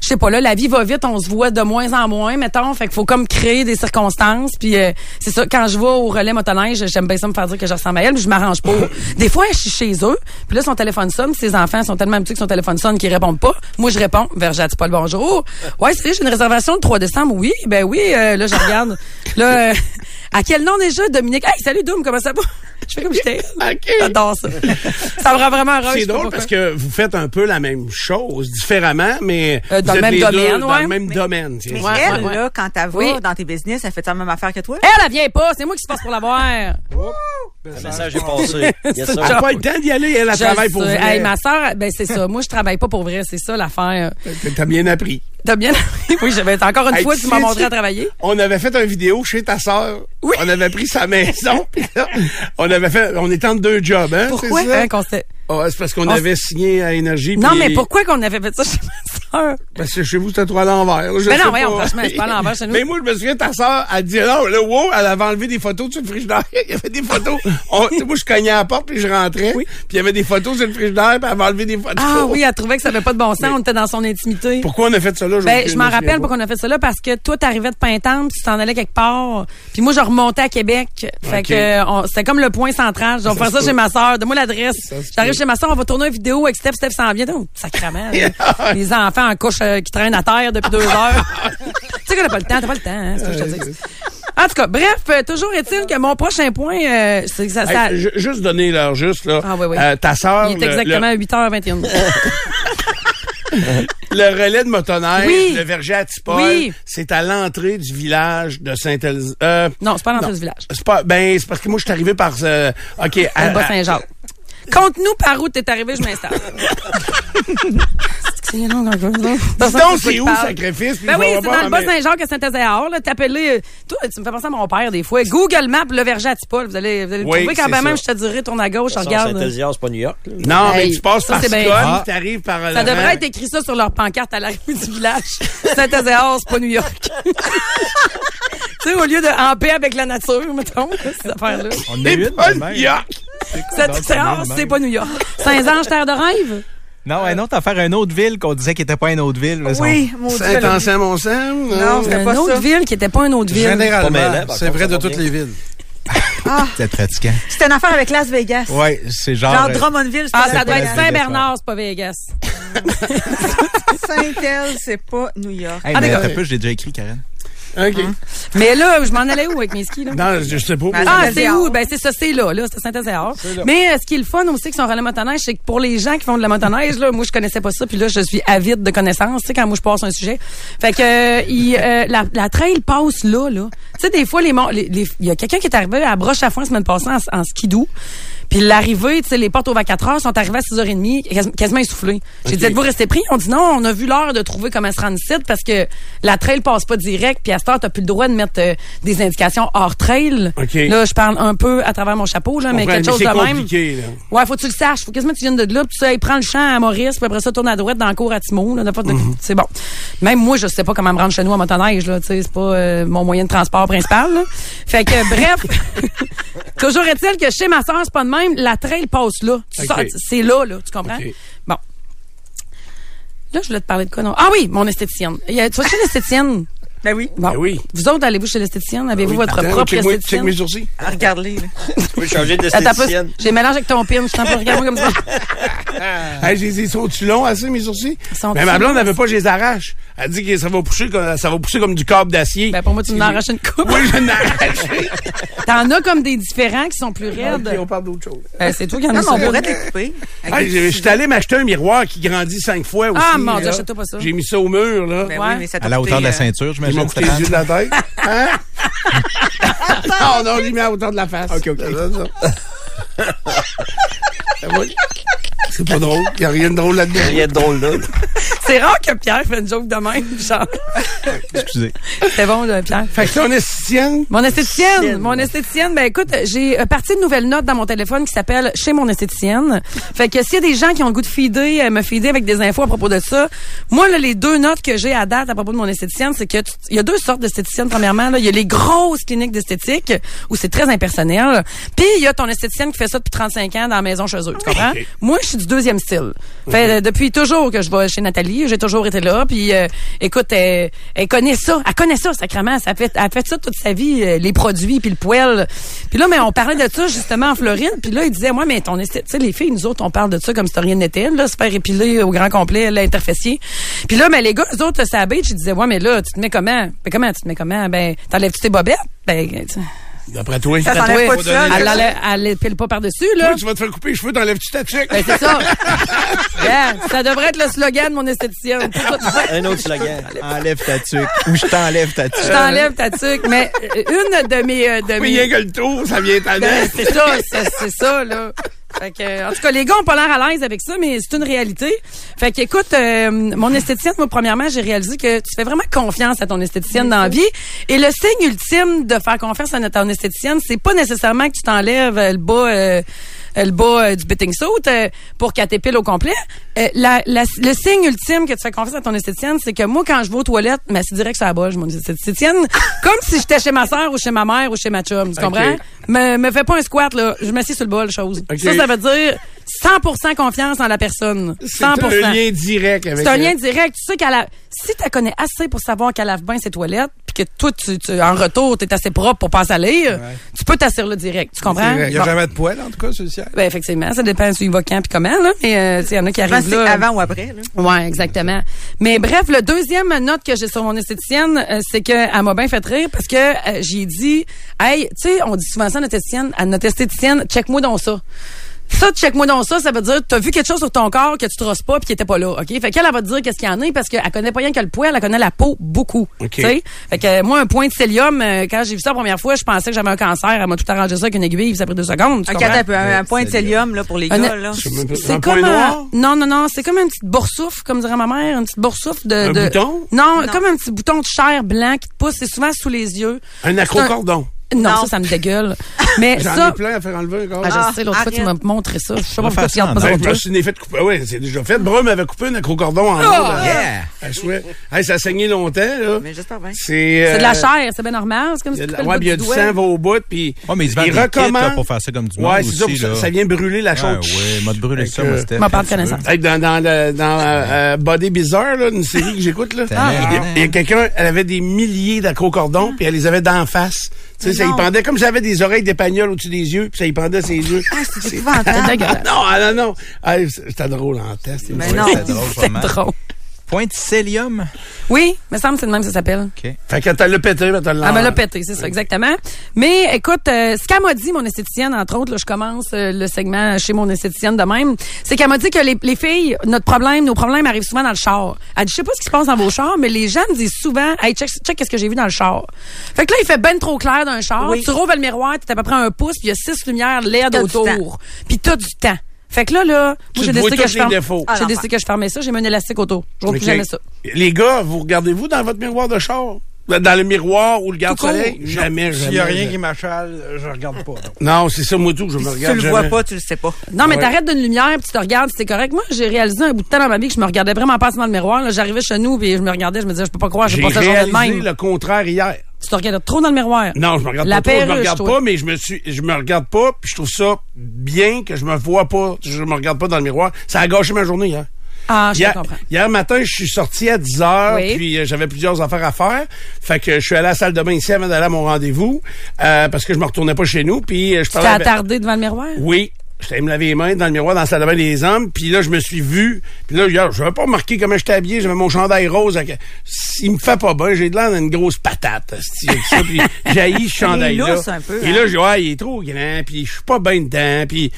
S1: je sais pas là, la vie va vite. On se voit de moins en moins, mettons. Fait qu'il faut comme créer des circonstances. Puis euh, c'est ça. Quand je vais au relais motoneige, j'aime bien ça me faire dire que je ressemble à elle, mais je m'arrange pas. des fois, je suis chez eux. Puis là, son téléphone sonne. Ses enfants sont tellement habitués que son téléphone sonne qu'ils répondent pas. Moi, je réponds. Verger, tu pas le bonjour. Ouais, c'est vrai, j'ai une réservation le 3 décembre. Oui, ben oui. euh, là, je regarde. là. euh, À quel nom déjà, Dominique? Hey, salut Doom, comment ça va? Je fais comme j'étais.
S2: OK.
S1: J'adore ça. ça me rend vraiment heureuse. Ah, je
S2: C'est
S1: sais pas
S2: drôle
S1: pourquoi.
S2: parce que vous faites un peu la même chose, différemment, mais
S1: Euh, dans
S2: vous
S1: le
S2: êtes
S1: même
S2: les deux
S1: domaine,
S2: dans
S1: ouais.
S2: le même
S1: Mais-
S2: domaine. c'est
S4: Mais
S2: ça.
S4: elle,
S1: ouais.
S4: là, quand elle va
S1: Oui.
S4: dans tes business, elle fait la même affaire que toi.
S1: Eh, Elle, elle vient pas. C'est moi qui se passe pour l'avoir.
S2: Ben,
S3: Le message est passé. Yes,
S1: C'est
S2: Elle n'a
S3: sir.
S2: pas eu le temps d'y aller, elle, elle
S1: Je
S2: travaille
S1: le
S2: pour
S1: sais.
S2: vrai.
S1: Hey, ma soeur, ben c'est ça. Moi, je travaille pas pour vrai. C'est ça l'affaire.
S2: T'as bien appris.
S1: T'as bien. oui, j'avais encore une
S2: Hey,
S1: fois, tu m'as
S2: sais,
S1: montré à travailler.
S2: On avait fait une vidéo chez ta sœur.
S1: Oui.
S2: On avait pris sa maison. puis là, on avait fait, on était entre deux jobs, hein.
S1: Pourquoi
S2: C'est ça?
S1: hein, qu'on s'est-
S2: Ah, c'est parce qu'on
S1: On s-
S2: avait signé à Énergie.
S1: Non,
S2: puis-
S1: mais pourquoi qu'on avait fait ça chez ma soeur?
S2: Parce que chez vous, c'était trop à l'envers. Je
S1: Mais
S2: sais
S1: Ben non, voyons,
S2: pas.
S1: franchement, c'est pas à l'envers chez nous.
S2: Mais moi, je me souviens, ta sœur, elle dit, non, là, wow, elle avait enlevé des photos sur le frigidaire. Il y avait des photos. On- moi, je cognais à la porte, puis je rentrais. Puis il y avait des photos sur le frigidaire, puis elle avait enlevé des photos.
S1: Ah oui, elle trouvait que ça avait pas de bon sens. On était dans son intimité.
S2: Pourquoi on a fait ça là?
S1: Ben, je m'en rappelle pourquoi on a fait ça là parce que toi t'arrivais de Pintante, puis tu t'en allais quelque part, puis moi je remontais à Québec. Fait
S2: Ok.
S1: que euh, on- c'était comme le point central. Je vais faire ça chez ma sœur. Donne-moi l'adresse.
S2: Ça se
S1: J'arrive
S2: peut.
S1: chez ma sœur, on va tourner une vidéo avec Steph. Steph s'en vient. Donc, sacrament. là. les enfants en couche euh, qui traînent à terre depuis deux heures. tu sais qu'on n'a pas le temps, t'as pas le temps. Hein, c'est ce que je te dis. En tout cas, bref, euh, toujours est-il que mon prochain point, euh, c'est que ça,
S2: Hey,
S1: ça-
S2: ju- juste donner l'heure juste, là.
S1: Ah oui, oui.
S2: Euh, ta sœur,
S1: il
S2: le,
S1: est exactement 8h21.
S2: le- le relais de motoneige,
S1: Oui.
S2: le verger à Tipol,
S1: Oui.
S2: c'est à l'entrée du village de Saint-Elze. euh,
S1: non, c'est pas l'entrée du village.
S2: c'est pas, ben, c'est parce que moi, je suis arrivé par, euh, OK, à-
S1: Le Bas-Saint-Jacques. Compte-nous par où t'es arrivé, je m'installe. C'est long, donc, donc,
S2: Dis
S1: donc,
S2: donc,
S1: je
S2: c'est où,
S1: parle.
S2: sacrifice? puis
S1: Ben
S2: je
S1: oui,
S2: vais
S1: c'est dans le
S2: voir, mais-
S1: Bas-Saint-Jacques à Saint-Ézéard, là. T'appelais, euh, toi, tu me fais penser à mon père, des fois. Google Maps, le verger à Tipol. Vous allez, vous allez le
S2: Oui,
S1: trouver quand
S2: c'est
S1: même,
S2: ça.
S1: je te dirais, tourne à gauche,
S3: Ça,
S1: regarde.
S3: Saint-Elzias, c'est pas New York. là.
S2: Non,
S1: Hey,
S2: mais tu passes
S1: ça,
S2: par
S1: c'est bien.
S2: Scone,
S1: Ah.
S2: tu arrives par euh,
S1: Ça devrait être écrit ça sur leur pancarte à l'arrivée du village. Saint-Ézéard, c'est pas New York. tu sais, au lieu de en paix avec la nature, mettons, cette affaire-là.
S5: On a eu
S2: C'est
S5: une
S2: pas
S5: de même.
S2: New York.
S1: Saint-Ézéard, c'est pas New York. Saint-Ange, terre de rêve?
S6: Non, un autre affaire, une autre ville qu'on disait qui n'était pas une autre ville. mais
S4: Oui, mon Dieu.
S2: Saint-Anselme,
S4: Non, c'était
S1: Euh, Une
S4: pas
S1: autre
S4: ça.
S1: ville qui n'était pas une autre ville.
S3: Pas mêlant,
S5: Généralement,
S3: par
S5: c'est
S3: contre,
S5: vrai de
S3: ça
S5: toutes
S3: revient.
S5: les villes.
S6: C'est pratiquant.
S4: C'était une affaire avec Las Vegas.
S6: Oui, c'est genre...
S4: Genre
S6: euh,
S4: Drummondville, c'est
S1: Ah,
S4: pas
S1: ça
S4: Las
S1: doit être
S4: Vegas.
S1: Saint-Bernard, c'est pas Vegas.
S4: Saint-El, c'est pas New York.
S6: hey,
S1: Ah,
S6: mais
S1: d'accord.
S6: t'as peu, j'ai déjà écrit, Karen.
S2: OK.
S1: Mais là, je m'en allais où avec mes skis, là?
S2: Hum? Non, je sais pas.
S4: Ah,
S1: Ah, c'est
S4: Saint-Ézéard.
S1: où? Ben, c'est ça, c'est là, là, c'est Saint-Ézéard. Mais euh, ce qui est le fun aussi avec son relais motoneige, c'est que pour les gens qui font de la motoneige, là, moi, je connaissais pas ça, puis là, je suis avide de connaissances, tu sais, quand moi, je passe un sujet. Fait que, euh, il, euh, la, la trail passe là, là. Tu sais, des fois, les, mon- les- les- il y a quelqu'un qui est arrivé à broche à foin la semaine passée en, en skidoo. Puis l'arrivée, tu sais, les portes aux 24 heures sont arrivées à 6h30, quas- quasiment essoufflées. J'ai dit, êtes-vous resté pris? On dit non, on a vu l'heure de trouver comment se rendre site parce que la trail passe pas direct, puis à cette heure, t'as plus le droit de mettre euh, des indications hors trail.
S2: OK.
S1: Là, je parle un peu à travers mon chapeau, là, mais
S2: comprends,
S1: quelque
S2: mais
S1: chose
S2: c'est
S1: de même.
S2: compliqué, là.
S1: Ouais, faut que tu le saches. Faut quasiment que tu viennes de là, puis tu sais, prends le champ à Maurice, puis après ça, tourne à droite dans le cours à Timo. là, n'importe-
S2: Mm-hmm.
S1: C'est bon. Même moi, je sais pas comment me rendre chez nous à motoneige, là. Tu sais, c'est pas euh, mon moyen de transport principal, là. Fait que, bref, toujours est-il que chez ma soeur, c'est pas de même. La trail passe là. Tu
S2: OK.
S1: sors- c'est là, là. Tu comprends?
S2: OK.
S1: Bon. Là, je voulais te parler de quoi, non? Ah oui, mon esthéticienne. Il y a- Tu vas chez l'esthéticienne?
S4: Ben oui.
S1: Bon.
S2: Ben oui. Ben
S1: Vous autres, allez-vous chez l'esthéticienne? Avez-vous
S2: Oui,
S1: votre
S2: attends,
S1: propre
S2: check-moi-
S1: esthéticienne?
S2: Check mes sourcils.
S4: Ah, Regarde-les. là.
S3: Tu peux changer
S1: Attends, pas-
S3: d'esthéticienne.
S1: j'ai mélangé avec ton pin, je t'en prie, regarde-moi comme ça. Euh.
S2: Hey, j'ai dit, sont-tu longs assez, mes sourcils?
S1: Sont-tu
S2: Mais ma blonde,
S1: longs?
S2: elle veut pas que je les arrache. Elle dit que ça va pousser, comme- ça va pousser comme du câble d'acier.
S1: Ben, pour moi, tu m'en arraches une coupe.
S2: Oui, je l'ai arraché.
S1: T'en as comme des différents qui sont plus raides.
S2: on parle d'autre chose.
S1: Euh, c'est toi qui en as
S4: Non, mais on
S1: sur
S4: pourrait
S1: une.
S4: te les couper. Avec
S2: Hey,
S4: des
S2: je je
S4: petits-
S2: suis allé m'acheter un miroir qui grandit cinq fois aussi.
S1: Ah, mon Dieu,
S2: là.
S1: achète-toi pas ça.
S2: J'ai mis ça au mur, là.
S4: Ben
S1: Ouais.
S4: oui, mais ça
S6: À la hauteur de
S1: euh,
S6: la
S4: ceinture.
S6: ceinture,
S2: Il m'a
S6: j'imagine.
S2: coûté les yeux de
S6: Stéphane.
S2: la tête. Hein? non, non, j'ai mis à hauteur de la face. OK, OK. C'est pas drôle. Il n'y a rien de drôle là-dedans.
S3: Rien de drôle là.
S1: C'est rare que Pierre fait une joke de même, genre.
S6: Excusez.
S1: C'est bon, là, Pierre.
S2: Fait que ton esthéticienne,
S1: Mon esthéticienne, mon esthéticienne, ben écoute, j'ai euh, parti de nouvelle note dans mon téléphone qui s'appelle chez mon esthéticienne. Fait que s'il y a des gens qui ont le goût de feeder, euh, me feeder avec des infos à propos de ça, moi là les deux notes que j'ai à date à propos de mon esthéticienne, c'est que tu- il y a deux sortes d'esthéticiennes premièrement là, il y a les grosses cliniques d'esthétique où c'est très impersonnel, puis il y a ton esthéticienne qui fait ça depuis 35 ans dans la maison chez eux, tu comprends Moi, je suis du deuxième style. Fait
S4: Mhm.
S1: euh, depuis toujours que je vais chez Nathalie, j'ai toujours été là puis euh, écoute elle, elle connaît ça, elle connaît ça sacrément, ça fait elle a fait ça toute sa vie euh, les produits puis le poêle. Puis là mais on parlait de ça justement en Floride, puis là il disait moi mais ton esthétique, tu sais les filles nous autres on parle de ça comme si rien n'était là, se faire épiler au grand complet l'interfessier. Puis là mais les gars eux autres ça beach, ils disaient ouais mais là tu te mets comment Ben comment tu te mets comment Ben t'enlèves tu tes bobettes Ben tu-
S2: d'après toi,
S4: Ça s'enlève
S1: toi,
S4: pas tout seul.
S1: elle l'enlève- elle l'épile pas par-dessus là.
S2: toi, tu vas te faire couper les cheveux, t'enlèves-tu ta check?
S1: Ben, c'est ça. Regarde, ça devrait être le slogan de mon esthéticienne. Tout ça, tout ça.
S3: Un autre slogan.
S6: Enlève ta tuque. Ou je t'enlève ta tuque.
S1: Je t'enlève ta tuque, mais euh, une de mes... euh, de
S2: Mais
S1: mes
S2: rien que le tour, ça vient ta
S1: Ben, c'est ça, c'est c'est ça, là. Fait que, euh, en tout cas, les gars ont pas l'air à l'aise avec ça, mais c'est une réalité. Fait que, écoute, euh, mon esthéticienne, moi, premièrement, j'ai réalisé que tu fais vraiment confiance à ton esthéticienne dans la vie. Et le signe ultime de faire confiance à ton esthéticienne, c'est pas nécessairement que tu t'enlèves euh, le bas, euh, le bas euh, du betting suit euh, pour qu'elle t'épile au complet. Euh, la- la- le signe ultime que tu fais confiance à ton esthéticienne, c'est que moi, quand je vais aux toilettes, mais c'est direct sur la bosse, mon esthéticienne, comme si j'étais chez ma sœur ou chez ma mère ou chez ma chum, tu comprends? Me, me fais pas un squat, là. Je m'assieds sur le bol, chose.
S2: Ok.
S1: Ça, ça veut dire 100% confiance en la personne. 100%.
S2: C'est un lien direct avec
S1: C'est un
S2: elle.
S1: lien direct. Tu sais qu'elle a... Si tu connais assez pour savoir qu'elle lave bien ses toilettes, puis que toi, tu, tu- en retour, tu es assez propre pour pas en salir, tu peux t'asseoir là direct. Tu comprends?
S5: Il n'y
S1: Bon.
S5: a jamais de poêle, en tout cas, sur le ciel.
S1: Ben, effectivement, ça dépend si il va quand puis comment, là. Mais, euh, tu sais, il y en a qui
S4: Souvent,
S1: arrivent
S4: c'est
S1: là.
S4: avant ou après. là.
S1: Ouais, exactement. Mais bref, le deuxième note que j'ai sur mon esthéticienne, euh, c'est que elle m'a bien fait rire parce que euh, j'ai dit, hey, tu sais, on dit souvent ça à notre esthéticienne, à notre esthéticienne, check-moi donc ça. Ça, check-moi donc ça, ça veut dire, t'as vu quelque chose sur ton corps que tu trosses pas puis qui était pas là, ok? Fait qu'elle, elle va te dire qu'est-ce qu'il y en a parce qu'elle connaît pas rien que le poil, elle connaît la peau beaucoup.
S2: Ok.
S1: tu sais? Fait que euh, moi, un point de célium, euh, quand j'ai vu ça la première fois, je pensais que j'avais un cancer. Elle m'a tout arrangé ça avec une aiguille, ça a pris deux secondes. tu
S4: Ok,
S1: comprends?
S4: attends un peu, un, un point de célium là, pour les
S1: Un-
S4: gars. Là.
S2: Ah, Je sais même pas-
S1: C'est
S2: un
S1: comme
S2: point noir?
S1: un- non non non, c'est comme une petite boursoufle comme dirait ma mère, une petite boursoufle de
S2: Un
S1: de-
S2: bouton?
S1: Non,
S4: Non.
S1: comme un petit bouton de chair blanc qui te pousse, c'est souvent sous les yeux.
S2: Un acrocordon.
S1: Non,
S4: Non.
S1: ça ça me dégueule. Mais
S2: J'en
S1: Ben, ça
S2: ai plein à faire enlever encore.
S1: Ah, je sais, l'autre fois,
S4: arrête.
S1: tu m'as montré ça. Je sais pas
S6: va
S1: pourquoi
S6: faire
S1: tu regardes
S6: ça
S1: pas
S6: en
S1: ça. pour
S2: Ben, je me
S1: toi.
S2: suis fait couper. Ah ouais, c'est déjà fait. Brum avait coupé un acrocordon en haut.
S1: Oh,
S2: là.
S6: yeah.
S2: À souhait. Hey, ça saignait longtemps, là.
S4: Mais j'espère bien.
S2: C'est
S1: C'est
S2: euh,
S1: de la chair, c'est bien normal. C'est comme
S2: il y
S1: si
S2: a
S1: tu
S2: de la-
S1: coupais le
S2: ouais,
S1: bout
S2: puis il y a
S1: du
S2: du
S1: doigt.
S2: sang va au bout, puis
S6: Ouais, mais ils se vendent
S2: il
S6: des kits, là,
S2: recommande.
S6: pour faire ça comme du monde
S2: Ouais, c'est ça,
S6: aussi,
S2: ça,
S6: là.
S2: ça vient brûler la
S6: Ah
S2: chaude.
S6: ouais, m'a brûlé
S2: Fait
S6: ça,
S2: que-
S6: moi, Steph.
S1: M'en parle
S6: quand tu veux.
S1: connaissance.
S2: Hey, dans, dans, le- dans euh, euh, Body Bizarre, là, une série que j'écoute, là, il y a- il y a, quelqu'un, elle avait des milliers d'acrocordons, puis elle les avait d'en face. Tu sais, ça y
S4: Non.
S2: pendait, comme j'avais des oreilles d'épagnoles au-dessus des yeux, puis ça y pendait ses yeux.
S4: Ah, c'est épouvantable.
S1: C'est dégueulasse.
S2: non, ah, non, non. Hey, c'est- C'était drôle en test. c'est
S4: Mais
S2: vrai.
S4: non.
S6: Ouais, c'était drôle,
S1: C'est
S6: pas mal.
S1: drôle.
S6: Point de célium.
S1: Oui, me semble que c'est le même que ça s'appelle.
S2: Fait que t'as le pété, ben, t'as le
S1: Ah, Elle me l'a pété, c'est ça, exactement. Mais écoute, euh, ce qu'elle m'a dit, mon esthéticienne, entre autres, là, je commence euh, le segment chez mon esthéticienne de même, c'est qu'elle m'a dit que les, les filles, notre problème, nos problèmes arrivent souvent dans le char. Elle dit, je sais pas ce qui se passe dans vos chars, mais les gens me disent souvent, hey, check, check qu'est-ce que j'ai vu dans le char. Fait que là, il fait ben trop clair dans un char.
S4: Oui.
S1: Tu rouvres le miroir, t'es à peu près un pouce, puis il y a six lumières LED
S4: T'as du
S1: autour. Puis t'as du temps. Fait que là, là, moi,
S2: Tu
S1: j'ai
S2: te vois
S1: décidé que
S2: tous
S1: je
S2: les
S1: ferme-
S2: défauts. Ah,
S1: j'ai décidé que je fermais ça, j'ai mis un élastique autour. Je vois plus jamais ça.
S2: Les gars, vous regardez-vous dans votre miroir de char? Dans le miroir ou le garde-soleil? Jamais, jamais.
S5: S'il n'y a rien
S2: jamais.
S5: qui m'achale, je regarde pas. non.
S2: Non, c'est ça, moi tout, je me
S4: Si
S2: regarde
S4: tu
S2: jamais.
S4: le vois pas, tu le sais pas.
S1: Non, mais
S2: Ouais.
S1: t'arrêtes d'une lumière puis tu te regardes, c'est correct. Moi, j'ai réalisé un bout de temps dans ma vie que je me regardais vraiment pas assez dans le miroir. là. J'arrivais chez nous puis je me regardais, je me disais, je peux pas croire, j'ai
S2: J'ai
S1: passé la journée de
S2: réalisé
S1: même.
S2: le contraire hier.
S1: Tu te regardes trop dans le miroir.
S2: Non, je me regarde
S1: La
S2: pas trop, je me
S1: perruche,
S2: regarde
S1: toi.
S2: pas, mais je me suis, je me regarde pas, puis je trouve ça bien que je me vois pas, je me regarde pas dans le miroir. Ça a gâché ma journée hier.
S1: Ah, je te
S2: Hier,
S1: comprends.
S2: hier matin, je suis sorti à 10 heures,
S1: Oui.
S2: puis euh, j'avais plusieurs affaires à faire. Fait que je suis allé à la salle de bain ici avant d'aller à mon rendez-vous, euh, parce que je me retournais pas chez nous, puis euh, je
S1: Tu
S2: parlais
S1: t'es
S2: avec-
S1: attardé devant le miroir?
S2: Oui. J'étais me laver les mains dans le miroir dans la salle de bain des hommes, puis là je me suis vu, puis là hier, je n'avais pas remarqué comment j'étais habillé, j'avais mon chandail rose. Avec, il me fait pas bien, j'ai de l'air d'une grosse patate. esti, avec ça, puis J'ai ce chandail là.
S4: lousse un peu,
S2: Et
S4: hein.
S2: là j'ai ouais, il est trop grand, puis je suis pas bien dedans, puis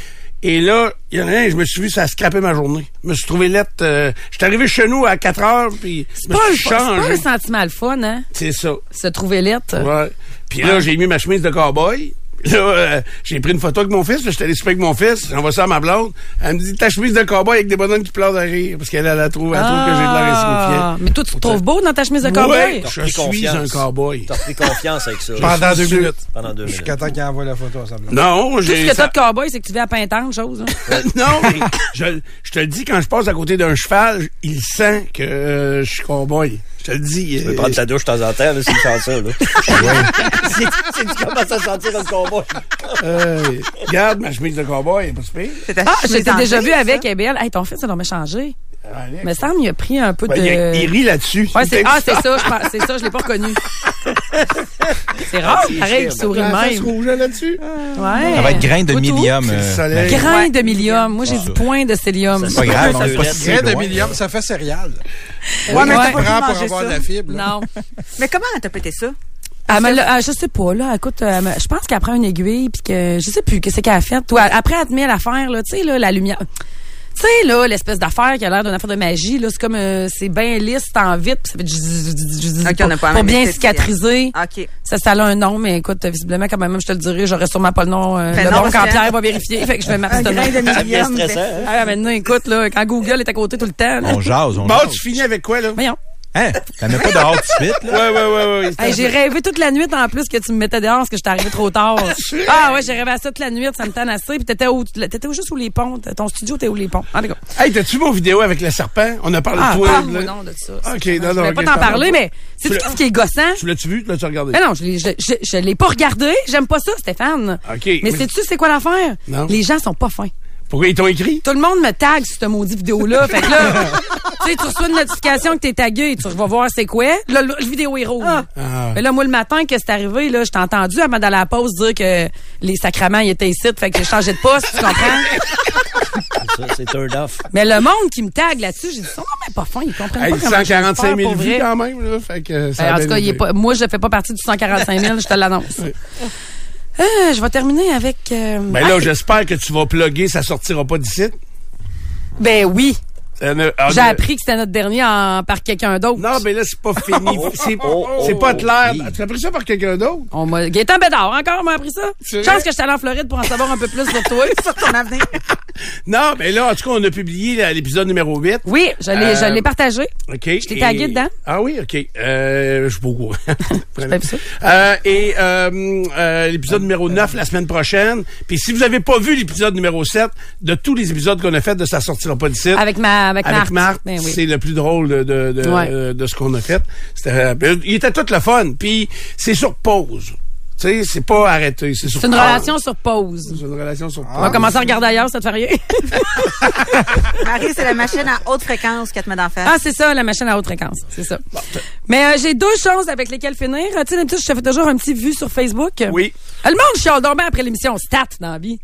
S2: et là, il y en a un, je me suis vu, ça a scrappé ma journée. Je me suis trouvé lettre. euh, j'étais arrivé chez nous à 4 heures, puis je
S1: C'est
S2: me
S1: pas, un-
S2: suis
S1: c'est pas
S2: changé.
S1: un sentiment le fun, hein?
S2: C'est ça.
S1: Se trouver lettre.
S2: Ouais. Puis là, j'ai mis ma chemise de cowboy. Là, euh, j'ai pris une photo avec mon fils, je suis allé souper avec mon fils, on va ça à ma blonde. Elle me dit ta chemise de cowboy avec des bonhommes qui pleurent de rire parce qu'elle elle, la trouve, elle trouve que j'ai de l'air insignifiant.
S1: Ah, Mais toi, tu te trouves beau dans ta chemise de cowboy?
S2: Ouais, je
S3: T'as pris
S2: suis
S3: confiance.
S2: un cowboy.
S3: T'as pris confiance avec ça.
S5: Pendant deux minutes.
S3: Pendant deux minutes.
S5: Jusqu'à temps qu'il envoie la photo à sa blonde.
S2: Non,
S1: Tout ce
S2: j'ai
S1: que
S2: ça- euh,
S1: t'as de cowboy, c'est que tu vas à Pintante, chose. hein.
S2: non, mais je, je te le dis, quand je passe à côté d'un cheval, je- il sent que euh, je suis cowboy. Je te le dis.
S3: Tu peux
S2: euh,
S3: prendre ta douche de temps en temps, là, s'il sent ça, là. si, si tu commences à sentir un combat.
S2: euh, regarde ma chemise de cowboy, elle est pas si pire.
S4: C'est ta
S1: Ah, je
S4: chemise
S1: t'ai déjà
S4: en
S1: vu
S4: jean,
S1: avec,
S4: ça.
S1: elle est belle. Hey, ton fils, ça doit me changer.
S2: Alex.
S1: Mais Sam, il a pris un peu de...
S2: Ben, il- il, rit là-dessus.
S1: Euh, Ouais, c'est, ah, c'est ça, je pense- c'est ça, je l'ai pas reconnu. c'est rare, pareil, qu'il sourit de
S2: La face
S1: même. Ah.
S2: rouge hein, là-dessus.
S1: Ouais.
S6: Ça va être grain de Ah.
S1: Toutou.
S6: millium.
S2: C'est le
S6: euh,
S2: soleil.
S1: Grain de millium. Moi, j'ai du point de sélium.
S3: Ça,
S6: Pas grave, on
S3: Ça
S6: est pas
S3: serait
S6: si
S5: Grain de
S6: loin.
S5: millium, ça fait céréales.
S4: Ouais,
S1: Ouais.
S4: mais t'as pas
S5: Prends pour
S4: dû manger
S5: avoir de
S4: ça.
S5: la fibre. là.
S1: Non.
S4: Mais comment t'as pété ça?
S1: Elle me l'a- ah, je sais pas, Ah, là. Écoute, euh, elle me- je pense qu'elle prend une aiguille, puis que je sais plus qu'est-ce qu'elle a fait. Toi, après, elle te met à l'affaire, là, tu sais, là, la lumière. Tu sais, là, l'espèce d'affaire qui a l'air d'une affaire de magie, là, c'est comme, euh, c'est bien lisse, t'en vite, puis ça fait zzz, zzz, zzz,
S4: Ok,
S1: pour,
S4: on n'a pas la
S1: pour
S4: même
S1: bien
S4: esthétique, hein.
S1: cicatriser.
S4: OK.
S1: Ça, ça a un nom, mais écoute, visiblement, quand même, je te le dirai, j'aurais sûrement pas le nom. euh,
S4: Ben
S1: le
S4: non,
S1: nom
S4: parce
S1: quand
S4: que-
S1: Pierre va vérifier. Fait que je vais
S4: Un grain
S1: m'abstenir.
S4: de
S3: Ça devient
S4: millium.
S3: stressant, hein?
S1: Ah, maintenant, écoute, là, quand Google est à côté tout le temps, là.
S6: On jase, on
S2: Bon,
S6: jase.
S2: tu finis avec quoi, là?
S1: Voyons.
S6: Hein? T'en mets pas dehors tout de suite, là?
S2: Ouais, ouais, ouais, ouais.
S1: Hey, j'ai rêvé toute la nuit en plus que tu me mettais dehors parce que j'étais arrivé trop tard. ah ouais, j'ai rêvé à ça toute la nuit, ça me tanne assez. Puis t'étais où T'étais où juste où les ponts T- Ton studio t'es où les ponts En tout cas.
S2: Hey, t'as-tu mon vidéo avec le serpent? On a parlé
S1: Ah,
S2: de toi.
S1: parle-moi
S2: là.
S1: non de ça.
S2: Ok,
S1: c'est-
S2: non,
S1: je
S2: non,
S1: voulais
S2: ok,
S1: pas t'en
S2: je parle.
S1: parler, mais c'est
S2: Tu
S1: tout
S2: l'as-
S1: ce qui est gossant.
S2: Tu l'as-tu vu? Tu l'as-tu regardé?
S1: Mais non, je l'ai, je, je, je l'ai pas regardé. J'aime pas ça, Stéphane.
S2: Ok.
S1: Mais
S2: Mais-
S1: sais-tu c'est quoi l'affaire
S2: Non.
S1: Les gens sont pas fins.
S2: Pourquoi ils t'ont écrit?
S1: Tout le monde me tag sur cette maudite vidéo-là. fait que là, tu sais, tu reçois une notification que t'es tagué, tu vas voir c'est quoi. Là, le, le vidéo est rouge.
S2: Ah.
S1: Mais là, moi, le matin, que c'est arrivé, là, j'étais entendu avant d'aller à la pause dire que les sacrements, ils étaient ici. Fait que j'ai changé de poste, tu comprends?
S3: hein. Ça, c'est turn off.
S1: Mais le monde qui me tague là-dessus, j'ai dit, ils sont mais pas fins, ils comprennent
S2: Hey,
S1: pas comment j'ai peur,
S2: 145 000
S1: pour
S2: vues
S1: vrai.
S2: quand même, là. Fait que ça
S1: Ben,
S2: a
S1: en
S2: bien
S1: tout cas, il est
S2: été.
S1: pas, moi, je fais pas partie du 145 000, je te l'annonce. Euh, je vais terminer avec... euh,
S2: Ben là,
S1: ah,
S2: j'espère que tu vas plugger, ça sortira pas d'ici.
S1: ben oui,
S2: Euh, ne- ah,
S1: j'ai
S2: ne-
S1: appris que c'était notre dernier en- par quelqu'un d'autre.
S2: Non, mais là, c'est pas fini. C'est
S3: oh, oh,
S2: c'est pas
S3: oh,
S2: clair.
S3: oui.
S2: Tu as pris ça par quelqu'un d'autre?
S1: On m'a... Gaétan Bédard, encore, m'a appris ça?
S2: C'est
S1: Chance
S2: vrai?
S1: que je suis allé en Floride pour en savoir un peu plus sur toi.
S4: Sur ton avenir.
S2: Non, mais là, en tout cas, on a publié là, l'épisode numéro 8.
S1: Oui, je l'ai, je
S2: Euh,
S1: l'ai partagé.
S2: OK.
S1: Je t'ai tagué
S2: Et-
S1: dedans.
S2: Ah oui, OK. Euh, je suis pas au courant.
S1: hein? pas vu ça.
S2: Euh, et euh, euh, l'épisode numéro 9 la semaine prochaine. Puis si vous avez pas vu l'épisode numéro 7, de tous les épisodes qu'on a fait de Ça sortira pas d'ici.
S1: Avec ma, avec,
S2: Avec
S1: Marthe.
S2: Marc,
S1: Ben oui.
S2: c'est le plus drôle de, de, de,
S1: Ouais.
S2: euh, de ce qu'on a fait. C'était, euh, il était tout le fun. Puis c'est sur pause. Tu sais, c'est pas arrêté. C'est sur
S1: C'est une
S2: pause.
S1: relation sur pause.
S2: C'est une relation sur pause.
S1: On va commencer à regarder ailleurs, ça te fait rien.
S4: Marie, c'est la machine à haute fréquence qu'elle te met d'en face.
S1: Ah, c'est ça, la machine à haute fréquence. C'est ça. Mais euh, j'ai deux choses avec lesquelles finir. Euh, Tu sais, d'habitude, je te fais toujours un petit vu sur Facebook.
S2: Oui.
S1: Euh, Le monde chiale dormant après l'émission Stat dans la vie.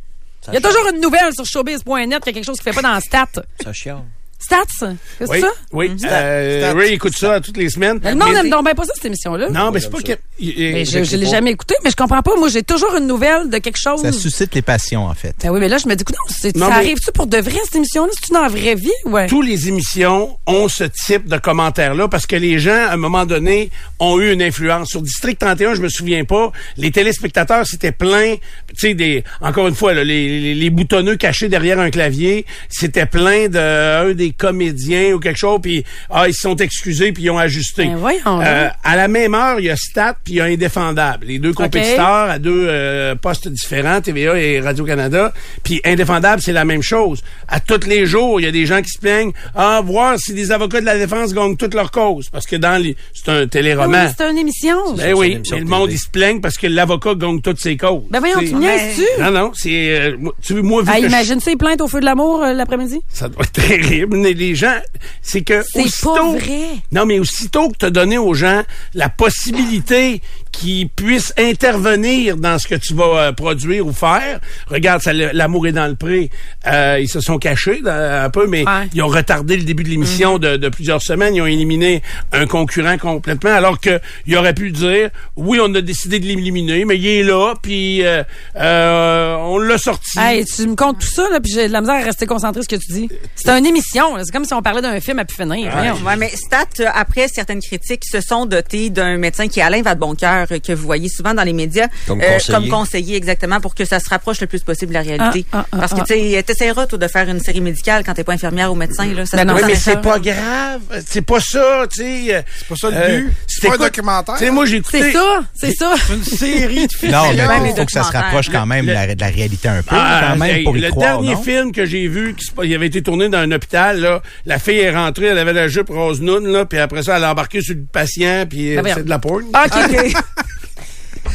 S1: Il y a toujours une nouvelle sur showbiz.net qu'il y a quelque chose qui fait pas dans Stat.
S3: Ça chiant.
S1: Stats? Qu'est-ce que c'est
S2: Oui,
S1: ça?
S2: oui. Euh,
S5: Stat.
S2: Ray écoute ça toutes les semaines.
S1: Mais Le monde
S2: Mais-
S1: n'aime donc bien pas ça, cette émission-là.
S2: Non, mais c'est pas que...
S1: Mais
S2: il-
S1: je,
S2: il-
S1: je l'ai jamais écouté, mais je comprends pas. Moi, j'ai toujours une nouvelle de quelque chose.
S6: Ça suscite les passions, en fait.
S1: Ben oui, mais là, je me dis, écoute, non, c'est-
S2: Non,
S1: ça
S2: mais-
S1: arrive-tu pour de vrai, cette émission-là? C'est-tu dans la vraie vie? Ouais.
S2: tous les émissions ont ce type de commentaires-là parce que les gens, à un moment donné, ont eu une influence. Sur District 31, je me souviens pas, les téléspectateurs, c'était plein, tu sais, des, encore une fois, là, les, les, les boutonneux cachés derrière un clavier, c'était plein de, euh, un des comédiens ou quelque chose, puis ah, ils se sont excusés, puis ils ont ajusté.
S1: Ben voyons donc.
S2: Euh, à la même heure, il y a Stat, puis il y a Indéfendable. Les deux compétiteurs à deux euh, postes différents, TVA et Radio-Canada. Puis Indéfendable, c'est la même chose. À tous les jours, il y a des gens qui se plaignent à voir si les avocats de la défense gagnent toutes leurs causes. Parce que dans les... C'est un
S1: Ah oui,
S2: téléroman.
S1: c'est une émission.
S2: Ben oui,
S3: émission
S2: mais le
S3: de
S2: monde,
S3: TV.
S2: ils se plaignent parce que l'avocat gagne toutes ses causes.
S1: Ben voyons,
S2: T'sais.
S1: tu niaises-tu?
S2: Non, non, c'est... euh, moi- tu veux, moi, vu
S1: Ah,
S2: que je-
S1: imagine ça, les plaintes au feu de l'amour euh, l'après-midi.
S2: ça doit être terrible. Mais les gens, c'est que
S1: C'est
S2: aussitôt-
S1: pas vrai.
S2: Non, mais aussitôt que tu as donné aux gens la possibilité qu'ils puissent intervenir dans ce que tu vas euh, produire ou faire, regarde, ça, le- l'amour est dans le pré. Euh, ils se sont cachés dans- un peu, mais
S1: Ouais. Mhm.
S2: ils ont retardé le début de l'émission de, de plusieurs semaines. Ils ont éliminé un concurrent complètement, alors que il aurait pu dire, oui, on a décidé de l'éliminer, mais il est là, puis euh, euh, on l'a sorti.
S1: Hey, tu me comptes tout ça, là, puis j'ai de la misère à rester concentré sur ce que tu dis. C'est une émission, là. c'est comme si on parlait d'un film à pu finir. voyons.
S4: Ouais, mais stat, euh, après certaines critiques, se sont dotées d'un médecin qui est Alain Vadeboncoeur, d'ailleurs euh, que vous voyez souvent dans les médias euh,
S3: Comme conseiller.
S4: comme conseiller exactement pour que ça se rapproche le plus possible de la réalité.
S1: Ah, ah, ah,
S4: Parce que
S1: ah.
S4: tu sais, t'essaieras toi de faire une série médicale quand t'es pas infirmière ou médecin là. Ça
S1: Ben
S4: se
S1: non,
S4: peut
S2: Oui,
S1: ça
S2: mais
S1: fait
S2: c'est
S1: peur.
S2: pas grave. C'est pas ça, tu sais. Euh, C'est
S5: pas ça le but. C'est pas un documentaire.
S2: Tu sais, moi, j'ai écouté.
S1: C'est ça, c'est ça.
S5: Une série de films.
S6: Non, mais
S4: même
S6: il
S4: les
S6: faut que ça se
S4: documentaires.
S6: rapproche quand même
S2: Le-
S6: de la- de la réalité un peu,
S2: Ah,
S6: quand même,
S2: hey,
S6: pour y
S2: le
S6: croire,
S2: dernier
S6: non?
S2: film que j'ai vu, qui se pa- il avait été tourné dans un hôpital, là, la fille est rentrée, elle avait la jupe rose noun, là, puis après ça, elle a embarqué sur le patient, puis euh,
S1: Ah, merde.
S2: c'est de la porn.
S1: OK.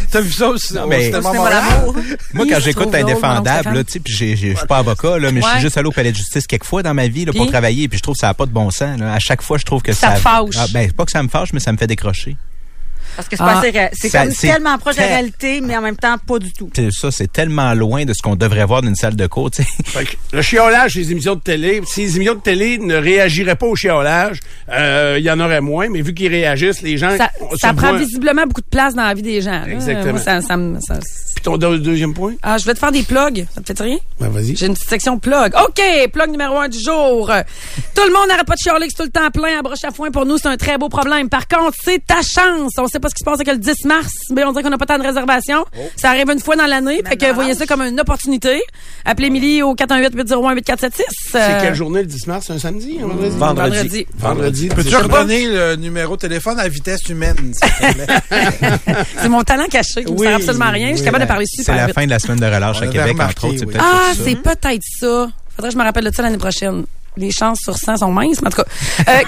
S5: T'as vu ça aussi?
S6: Non,
S5: au
S6: mais-
S5: cinéma
S4: Au cinéma
S1: Ah.
S5: Montréal?
S4: L'amour.
S6: Moi,
S1: Il
S6: quand
S1: se
S6: j'écoute
S1: trouve drôle, mon
S6: Indéfendable,
S1: nom,
S6: là, tu sais, puis j'ai- j'ai- je suis pas avocat, là, mais je
S1: Ouais.
S6: suis juste allé au palais de justice quelques fois dans ma vie là, pour
S1: Puis?
S6: travailler, puis je trouve que ça n'a pas de bon sens. là. À chaque fois, je trouve que
S1: Ça
S6: ça...
S1: te fâche.
S6: Ah, ben, pas que ça me fâche, mais ça me fait décrocher.
S4: Parce que c'est pas
S1: Ah.
S4: assez ré- c'est
S6: Ça-
S4: comme
S6: c'est
S4: tellement proche de la
S6: très-
S4: réalité, mais en même temps pas du tout.
S6: C'est Ça, c'est tellement loin de ce qu'on devrait voir d'une salle de cours, tu sais.
S2: Fait que le chiolage des émissions de télé, si les émissions de télé ne réagiraient pas au chiolage, euh, il y en aurait moins, mais vu qu'ils réagissent, les gens...
S1: Ça,
S2: on
S1: ça
S2: se
S1: prend
S2: voit.
S1: visiblement beaucoup de place dans la vie des gens. là.
S2: Exactement.
S1: Moi, ça- ça me- ça-
S2: Puis ton deux- deuxième point?
S1: Ah, je vais te faire des plugs. Ça te fait rien?
S2: Ben, vas-y.
S1: J'ai une petite section plug. OK, plug numéro un du jour. Euh, Tout le monde n'arrête pas de chialer que c'est tout le temps plein à broche à foin. Pour nous, c'est un très beau problème. Par contre, c'est ta chance. On sait pas ce qui se passe avec le 10 mars, mais on dirait qu'on n'a pas tant de réservations.
S2: Oh.
S1: Ça arrive une fois dans l'année. Fait que
S4: âge.
S1: voyez ça comme une opportunité. Appelez Émilie au 418-801-8476.
S2: C'est
S1: Euh,
S2: quelle journée le 10 mars? Un samedi? Un vendredi?
S1: Vendredi.
S2: Vendredi.
S5: Peux-tu
S2: Je sais pas.
S5: redonner le numéro de téléphone à vitesse humaine, s'il te plaît?
S1: C'est mon talent caché qui me
S2: Oui,
S1: sert absolument rien. je suis
S2: oui.
S1: capable de parler super
S6: C'est la
S1: vite.
S6: fin de la semaine de relâche
S5: On
S6: à
S5: avait
S6: Québec,
S5: remarqué,
S6: entre autres. C'est
S5: oui.
S6: peut-être
S1: Ah,
S6: pour ça.
S1: c'est peut-être ça. Faudrait que je me rappelle de ça l'année prochaine. Les chances sur 100 sont minces, mais en tout cas. Euh,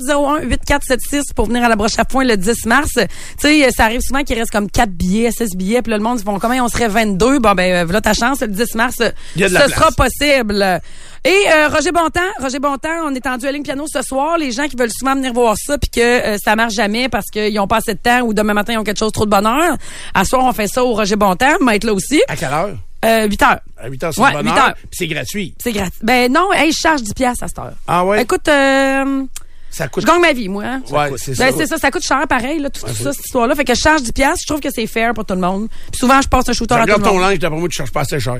S1: 418-801-8476 pour venir à la broche à point le 10 mars. Tu sais, euh, ça arrive souvent qu'il reste comme 4 billets, 6 billets, puis là, le monde, ils font combien? On serait 22. Bon, ben, euh, voilà ta chance, le 10 mars, euh,
S2: Il y a de
S1: ce
S2: la
S1: sera possible. Et euh, Roger Bontemps, Roger Bontemps, on est en dueling piano ce soir. Les gens qui veulent souvent venir voir ça, puis que euh, ça marche jamais parce qu'ils ont pas assez de temps ou demain matin, ils ont quelque chose trop de bonheur. À soir, on fait ça au Roger Bontemps, mais être là aussi.
S2: À quelle heure?
S1: Euh, 8 heures.
S2: À 8 h, c'est
S1: Ouais,
S2: le
S1: 8
S2: bonheur.
S1: heures.
S2: Puis c'est gratuit.
S1: C'est gratuit. Ben non, hey, je charge 10 pièces à cette heure.
S2: Ah ouais?
S1: Écoute, euh,
S2: Ça coûte...
S1: je gagne ma vie, moi. hein.
S2: Ouais, c'est ça.
S1: Ben, c'est ça, ça coûte cher pareil, là, tout, tout ça, cette histoire-là. Fait que je charge 10 piastres, je trouve que c'est fair pour tout le monde. Puis souvent, je passe un shooter à tout
S2: Regarde
S1: le
S2: ton
S1: monde.
S2: linge, d'après moi, tu cherches pas assez cher.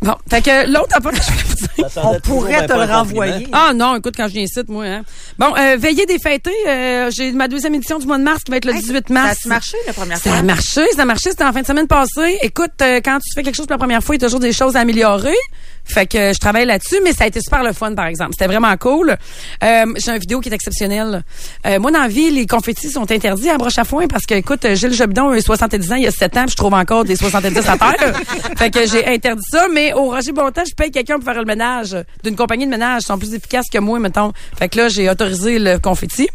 S1: Bon, fait que l'autre approche, je voulais vous dire.
S4: On pourrait te le renvoyer.
S1: Ah non, écoute, quand je viens ici, moi, hein. Bon, euh, veillez des fêtés. euh, J'ai ma deuxième édition du mois de mars qui va être le 18 mars.
S4: Ça a marché la première
S1: Ça
S4: fois.
S1: a marché, ça a marché, c'était en fin de semaine passée. Écoute, euh, quand tu fais quelque chose pour la première fois, il y a toujours des choses à améliorer. Fait que euh, je travaille là-dessus, mais ça a été super le fun, par exemple. C'était vraiment cool. Euh, J'ai une vidéo qui est exceptionnelle. Euh, moi, dans la vie, les confettis sont interdits à broche à foin parce que, écoute, euh, Gilles Jobidon a eu 70 ans il y a 7 ans, puis je trouve encore des 70 à terre. fait que j'ai interdit ça, mais au Roger Bontemps, je paye quelqu'un pour faire le ménage d'une compagnie de ménage. Ils sont plus efficaces que moi, mettons. Fait que là, j'ai autorisé le confetti.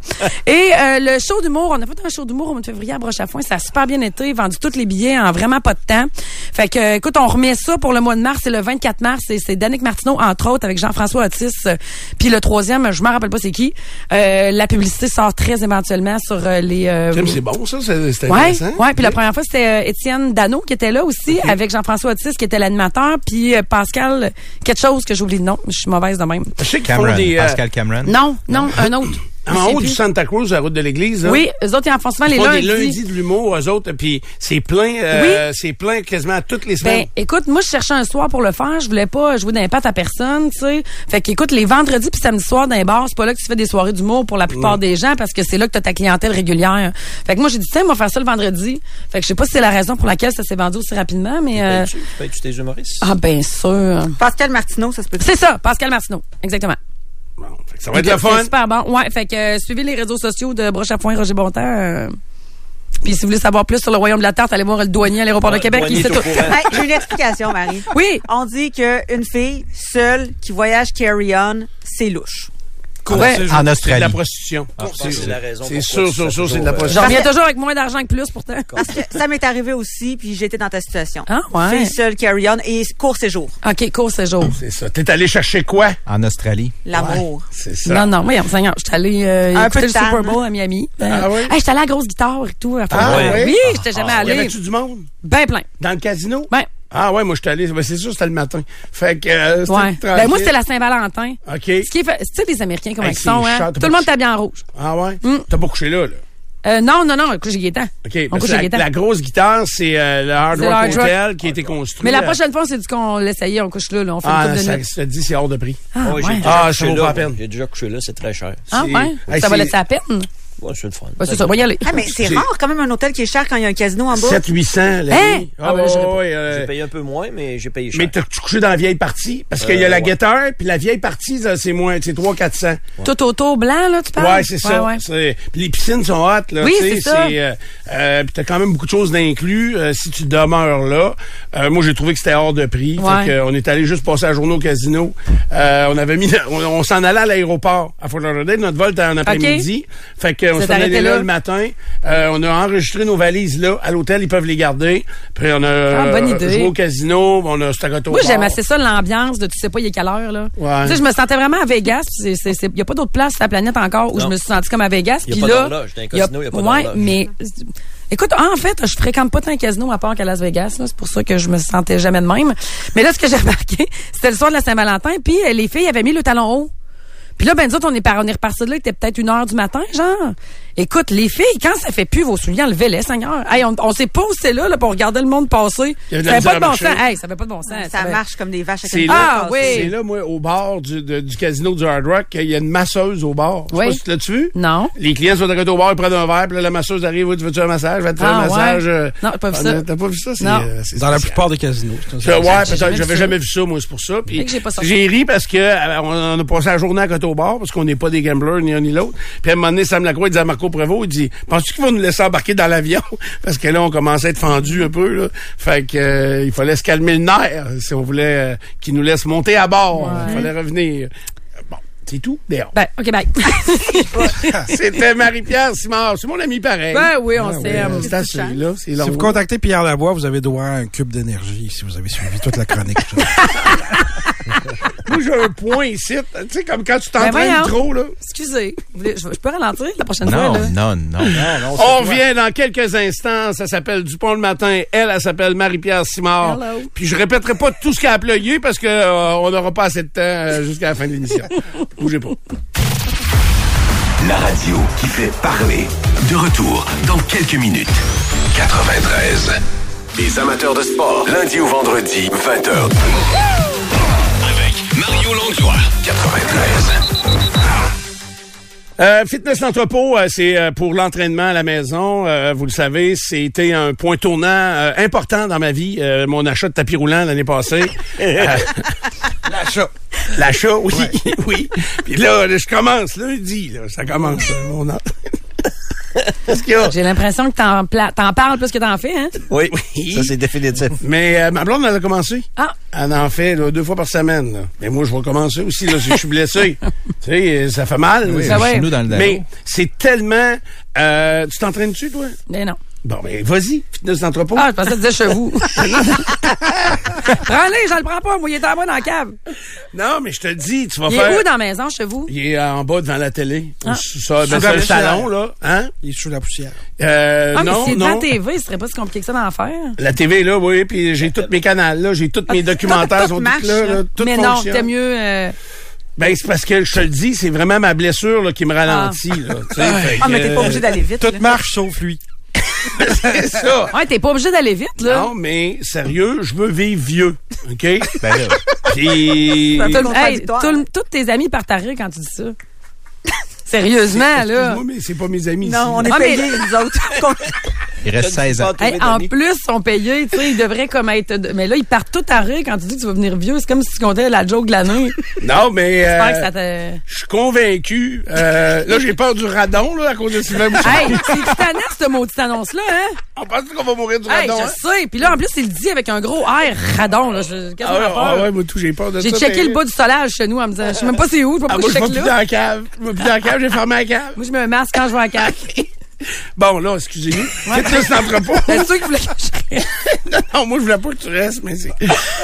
S1: Et euh, le show d'humour, on a fait un show d'humour au mois de février à Broche à Foin. Ça a super bien été, vendu tous les billets en vraiment pas de temps. Fait que, euh, écoute, on remet ça pour le mois de mars. C'est le 24 mars. Et c'est Danick Martineau, entre autres, avec Jean-François Otis. Euh, Puis le troisième, je m'en rappelle pas c'est qui. Euh, la publicité sort très éventuellement sur euh, les... euh,
S2: J'aime, c'est bon, ça. C'est c'est
S1: Ouais,
S2: intéressant.
S1: ouais. Puis la première fois, c'était euh, Étienne Dano qui était là aussi, avec Jean-François Otis qui était l'animateur, puis euh, Pascal, quelque chose que j'oublie le nom, je suis mauvaise de même.
S2: Je sais qu'ils font
S6: Cameron,
S2: des... euh,
S6: Pascal Cameron.
S1: Non, non, un autre. Je
S2: En
S1: sais
S2: haut
S1: plus.
S2: du Santa Cruz, à la route de l'église, là.
S1: Oui, eux autres, ils en font souvent les
S2: Ils font des
S1: lundis.
S2: lundis de l'humour, eux autres, puis c'est plein, euh, c'est plein quasiment toutes les
S1: Ben,
S2: semaines.
S1: écoute, moi, je cherchais un soir pour le faire. Je voulais pas jouer d'impact à personne, tu sais. Fait qu'écoute, les vendredis puis samedi soir dans les bars, c'est pas là que tu fais des soirées d'humour pour la plupart des gens parce que c'est là que t'as ta clientèle régulière. Fait que moi, j'ai dit, tiens, on va faire ça le vendredi. Fait que je sais pas si c'est la raison pour laquelle ça s'est vendu aussi rapidement, mais,
S2: Ben,
S1: euh,
S3: Tu payes-tu tes humoristes?
S1: ah, ben, sûr.
S4: Pascal Martineau, ça se peut.
S1: C'est ça, Pascal Martineau. Exactement. Ben,
S2: Bon, fait que ça va être le
S1: C'est
S2: fun.
S1: super bon. Ouais, fait que euh, suivez les réseaux sociaux de Broche à Point Roger Bontemps. euh. Puis si vous voulez savoir plus sur le royaume de la tarte, allez voir le douanier à
S2: Ah,
S1: l'aéroport de
S3: Ouais,
S1: Québec.
S3: le
S1: Il
S3: douanier
S1: sait
S3: est au
S1: tout.
S3: courant.
S4: Hey, J'ai une explication, Marie.
S1: Oui.
S4: On dit qu'une fille seule qui voyage carry-on, c'est louche.
S1: Ouais.
S2: C'est-
S6: En
S2: C'est de la
S6: Australie.
S2: prostitution.
S3: Ah, je pense que c'est la raison
S2: C'est
S3: pourquoi
S2: sûr,
S3: tu
S2: sûr,
S3: fais
S2: sûr, c'est de la
S3: toujours, euh,
S1: J'en
S2: prostitution.
S1: reviens toujours avec moins d'argent que plus pourtant.
S4: Parce que ça m'est arrivé aussi, puis j'étais dans ta situation.
S1: Ah, ouais.
S4: Fille seule carry-on et court séjour.
S1: OK, court séjour.
S2: C'est ça. T'es allé chercher quoi?
S6: En Australie.
S4: L'amour.
S2: C'est
S1: Non,
S2: ça.
S1: non, moi, Seigneur, je suis allée euh,
S4: Un
S1: écouter
S4: peu
S1: le
S4: de tan,
S1: Super Bowl à Miami. Euh,
S2: Ah oui?
S1: je allée à la grosse guitare et tout. à faire-
S2: Ah oui?
S1: Oui, j'étais jamais
S2: Y
S1: allée.
S2: avait-tu du monde?
S1: Ben plein.
S2: Dans le casino?
S1: Ben,
S2: Ah ouais, moi, je suis allé. ben, c'est sûr, c'était le matin. Fait que, euh, c'était
S1: ouais.
S2: tranquille.
S1: Ben, moi, c'était la Saint-Valentin.
S2: OK.
S1: Ce qui est fait, tu sais, les Américains, comment
S2: Hey,
S1: ils
S2: c'est
S1: sont, hein?
S2: chiant,
S1: Tout
S2: t'as
S1: le
S2: pas
S1: monde
S2: couché.
S1: habillé en rouge.
S2: Ah ouais?
S1: Mm.
S2: T'as pas couché là, là.
S1: Euh, non, non, non, écoute, j'ai Gaétan.
S2: OK.
S1: On couche
S2: parce que
S1: les
S2: la,
S1: guitares.
S2: la grosse guitare, c'est euh, le Hard
S1: C'est le
S2: Rock
S1: Hard Rock.
S2: Hotel qui a été construit.
S1: Mais la
S2: à-
S1: prochaine fois, c'est du qu'on l'essayait, on couche là, là, on fait
S2: euh, Ah,
S1: une coupe de
S2: ça,
S1: nuit.
S2: ça te dit, c'est hors de prix.
S1: Ah,
S3: Ouais,
S1: ouais.
S3: j'ai
S2: Ah,
S3: déjà
S2: ça
S3: couché
S2: vaut pas
S3: là.
S2: la peine.
S3: J'ai déjà couché là, c'est très cher.
S1: Ah, ouais.
S2: Hey,
S1: ça
S2: c'est-
S1: valait la peine?
S3: Ouais, c'est le fun.
S1: Ouais, c'est ça, on va y aller.
S4: Ah, mais c'est
S2: J'ai-
S4: rare quand même un hôtel qui est cher quand il y a un casino en bas.
S2: 7 800 la
S1: Ah Hein?
S2: nuit.
S1: Ah, ben là, j'aurais pas-
S2: ouais, euh,
S3: J'ai payé un peu moins, mais j'ai payé cher.
S2: mais t'as couché dans la vieille partie parce qu'il y a
S3: Euh,
S2: la
S3: ouais.
S2: guetteur puis la vieille partie ça, c'est moins c'est 3 400.
S1: Tout autour blanc, là, tu parles?
S2: Ouais, c'est ça.
S1: Ouais, ouais.
S2: C'est- Puis les piscines sont hot, là.
S1: Oui,
S2: tu sais,
S1: c'est ça.
S2: euh, euh, puis t'as quand même beaucoup de choses d'inclus euh, si tu demeures là. Euh, moi, j'ai trouvé que c'était hors de prix.
S1: Ouais.
S2: Fait que, euh, on est allé juste passer la journée au casino. Euh, on avait mis, on, on s'en allait à l'aéroport à Fort Lauderdale. Notre vol était en après-midi. Fait que euh, on
S1: Vous
S2: s'en
S1: êtes
S2: allait
S1: arrêtés
S2: là,
S1: là?
S2: le matin. Euh, on a enregistré nos valises là à l'hôtel. Ils peuvent les garder. Puis on a euh,
S1: Ah, bonne idée.
S2: joué au casino. On a c'était retour
S1: Moi,
S2: au
S1: j'aime
S2: bar.
S1: assez ça, l'ambiance de tu sais pas il est quelle heure, là.
S2: Ouais.
S1: Tu sais, je me sentais vraiment à Vegas. Il n'y a pas d'autre place sur la planète encore où
S3: Non.
S1: je me suis sentie comme à Vegas.
S3: Y a
S1: puis
S3: pas
S1: là,
S3: d'horloge. Dans un
S1: y a-
S3: casino, y a pas
S1: Ouais,
S3: d'horloge.
S1: mais... Écoute, en fait, je fréquente pas tant de casinos à part qu'à Las Vegas. là. C'est pour ça que je me sentais jamais de même. Mais là, ce que j'ai remarqué, c'était le soir de la Saint-Valentin, puis euh, les filles avaient mis le talon haut. Puis là, ben nous autres, on est, par, on est repartis de là, il était peut-être une heure du matin, genre. Écoute, les filles, quand ça fait plus vos souliers, enlevez-les, Seigneur. Hey, on, on s'est posé là, là, pour regarder le monde passer.
S2: Il y avait de
S1: Ça
S2: la
S1: avait pas de
S2: misère à
S1: bon sens.
S2: marcher.
S1: Hey, ça avait pas de bon sens.
S4: Ça,
S1: avait-
S4: marche comme des vaches avec
S2: C'est
S4: une
S2: là,
S1: Ah, oui.
S2: c'est là, moi, au bar du, de- du casino du Hard Rock, il y a une masseuse au bar. Je sais
S1: Oui.
S2: pas si tu l'as-tu vu?
S1: Non.
S2: Les clients sont arrêtés au bar, ils prennent un verre, puis là, la masseuse arrive, Oui, tu veux-tu un massage? Je vais te faire
S1: Ah,
S2: un
S1: ouais.
S2: massage. euh,
S1: Non, j'ai pas vu
S2: ah,
S1: ça.
S2: non, T'as pas vu ça? C'est,
S1: Non.
S2: euh, c'est
S5: Dans la
S2: spécial.
S5: plupart des casinos.
S2: Ça, ouais,
S1: J'ai
S2: peut-être,
S1: jamais
S2: j'avais
S1: vu ça.
S2: jamais vu ça, moi, c'est pour ça. Puis
S1: Fait que j'ai pas sorti.
S2: j'ai ri parce que euh, on, on a passé la journée à côté au bar, parce qu'on n'est pas des gamblers, ni un ni l'autre. Puis à un moment donné, Sam Lacroix, il dit à Marco Prévost, il dit, penses-tu qu'ils vont nous laisser embarquer dans l'avion? Parce que là, on commençait à être fendu un peu, là. Fait que, euh, il fallait se calmer le nerf, si on voulait euh, qu'ils nous laissent monter à bord. Il fallait revenir. Bon, c'est tout, d'ailleurs.
S1: Ben, OK, bye.
S2: C'était Marie-Pierre Simard. C'est mon ami pareil.
S1: ben oui, on
S2: Euh,
S1: s'aime.
S2: c'est assez, là. C'est long.
S5: Si vous contactez Pierre Lavoie, vous avez droit à un cube d'énergie si vous avez suivi toute la chronique.
S2: Moi, j'ai un point ici. Tu sais, comme quand tu
S1: Ben
S2: t'entraînes
S1: voyons.
S2: trop, là.
S1: Excusez. Vous voulez- Je, je peux ralentir la prochaine fois, là? Ah,
S6: Non, non, non.
S3: Ah,
S2: On revient dans quelques instants. Ça s'appelle Dupont le matin. Elle, elle s'appelle Marie-Pierre Simard.
S1: Hello.
S2: Puis je répéterai pas tout ce qu'elle a ployé parce que euh, on n'aura pas assez de temps euh, jusqu'à la fin de l'émission. Bougez pas.
S7: La radio qui fait parler. De retour dans quelques minutes. 93. Les amateurs de sport. Lundi au vendredi, 20h. Avec Mario Langlois. 93.
S2: Euh, fitness l'entrepôt, euh, c'est euh, pour l'entraînement à la maison. Euh, vous le savez, c'était un point tournant euh, important dans ma vie. Euh, mon achat de tapis roulant l'année passée. Euh,
S5: L'achat.
S2: L'achat, oui, oui. Puis là, là, je commence lundi, là, ça commence. euh, mon en- Qu'est-ce qu'il y a?
S1: J'ai l'impression que t'en, pla- t'en parles plus que t'en fais, hein?
S3: Oui.
S2: Oui.
S3: Ça, c'est définitif.
S2: Mais euh, ma blonde, elle a commencé.
S1: Ah.
S2: Elle en fait là, deux fois par semaine. là. Mais moi, je vais commencer aussi là, si je suis blessé. tu sais, euh, ça fait mal. là.
S1: ça ben ouais.
S6: Chez nous, dans le
S2: Mais c'est tellement... euh, tu t'entraînes-tu, toi?
S1: Ben non.
S2: Bon, mais vas-y, fitness d'entrepôt.
S1: Ah, je pensais que tu disais chez vous. Prends-le, je le prends pas. Moi, il est en bas dans la cave.
S2: Non, mais je te dis, tu vas
S1: Il
S2: faire...
S1: est où dans la maison, chez vous?
S2: Il est en bas devant la télé.
S1: Ah.
S2: Ça, ben, c'est
S5: Sous la
S2: le
S5: poussière.
S2: salon, là. Hein?
S5: Il est sous la poussière.
S2: Euh,
S1: ah, mais
S2: non,
S1: c'est
S2: non.
S1: devant TV, ce serait pas si compliqué que ça d'en faire.
S2: La TV, là, oui, puis j'ai tous mes canaux, là, j'ai
S1: Ah,
S2: tous mes documentaires,
S4: tout
S2: sont tous
S4: marche,
S2: là, là,
S4: là.
S2: tout
S1: mais non,
S2: fonctionne.
S1: t'es mieux. euh,
S2: Ben, c'est parce que je te le dis, c'est vraiment ma blessure là, qui me ralentit. Là, tu sais, fait
S4: Ah,
S2: que,
S4: mais t'es pas obligé d'aller vite.
S5: Tout
S4: là.
S5: marche sauf lui.
S2: C'est ça.
S1: Ouais, t'es pas obligé d'aller vite, là.
S2: Non, mais sérieux, je veux vivre vieux. OK?
S6: Ben là,
S2: Puis.
S1: Tout le- hey,
S4: contradictoire.
S1: tout le- tous tes amis partent à rire quand tu dis ça. Sérieusement, là.
S2: Excuse-moi, mais c'est pas mes amis. ici,
S4: Non, on
S2: là.
S4: est
S1: Ah, mais-
S4: payés, nous autres.
S6: il reste 16 ans.
S1: Hey, en plus, ils sont payés, tu sais, ils devraient comme être... de- Mais là, ils partent tout à rire quand tu dis que tu vas venir vieux. C'est comme si tu comptais la joke de l'année.
S2: Non, mais.
S1: J'espère
S2: euh,
S1: que ça te...
S2: Je suis convaincu. Euh, là, j'ai peur du radon, là, à cause de Sylvain Bouchard.
S1: Hey, c'est tannant, cette maudite annonce-là, hein?
S2: On pense qu'on va mourir du
S1: Hey,
S2: radon.
S1: je
S2: hein?
S1: sais. Puis là, en plus, il le dit avec un gros air radon, là. Je- Qu'est-ce qu'on
S2: Ah, ouais,
S1: a
S2: ah
S1: peur?
S2: ouais, moi, tout, j'ai peur de
S1: J'ai
S2: ça.
S1: checké
S2: mais-
S1: le bas du solage chez nous en me disant, je sais même pas c'est où, je sais pas
S2: Ah, moi,
S1: pourquoi
S2: je vais
S1: je
S2: plus
S1: check
S2: dans
S1: là.
S2: la cave. Je vais plus dans la cave, j'ai fermé la cave.
S1: Moi, je me mets un masque quand je vais à quatre.
S2: Bon, là, excusez-nous. Fitness d'entrepôt.
S1: C'est sûr que vous le
S2: Non, moi, je voulais pas que tu restes, mais c'est.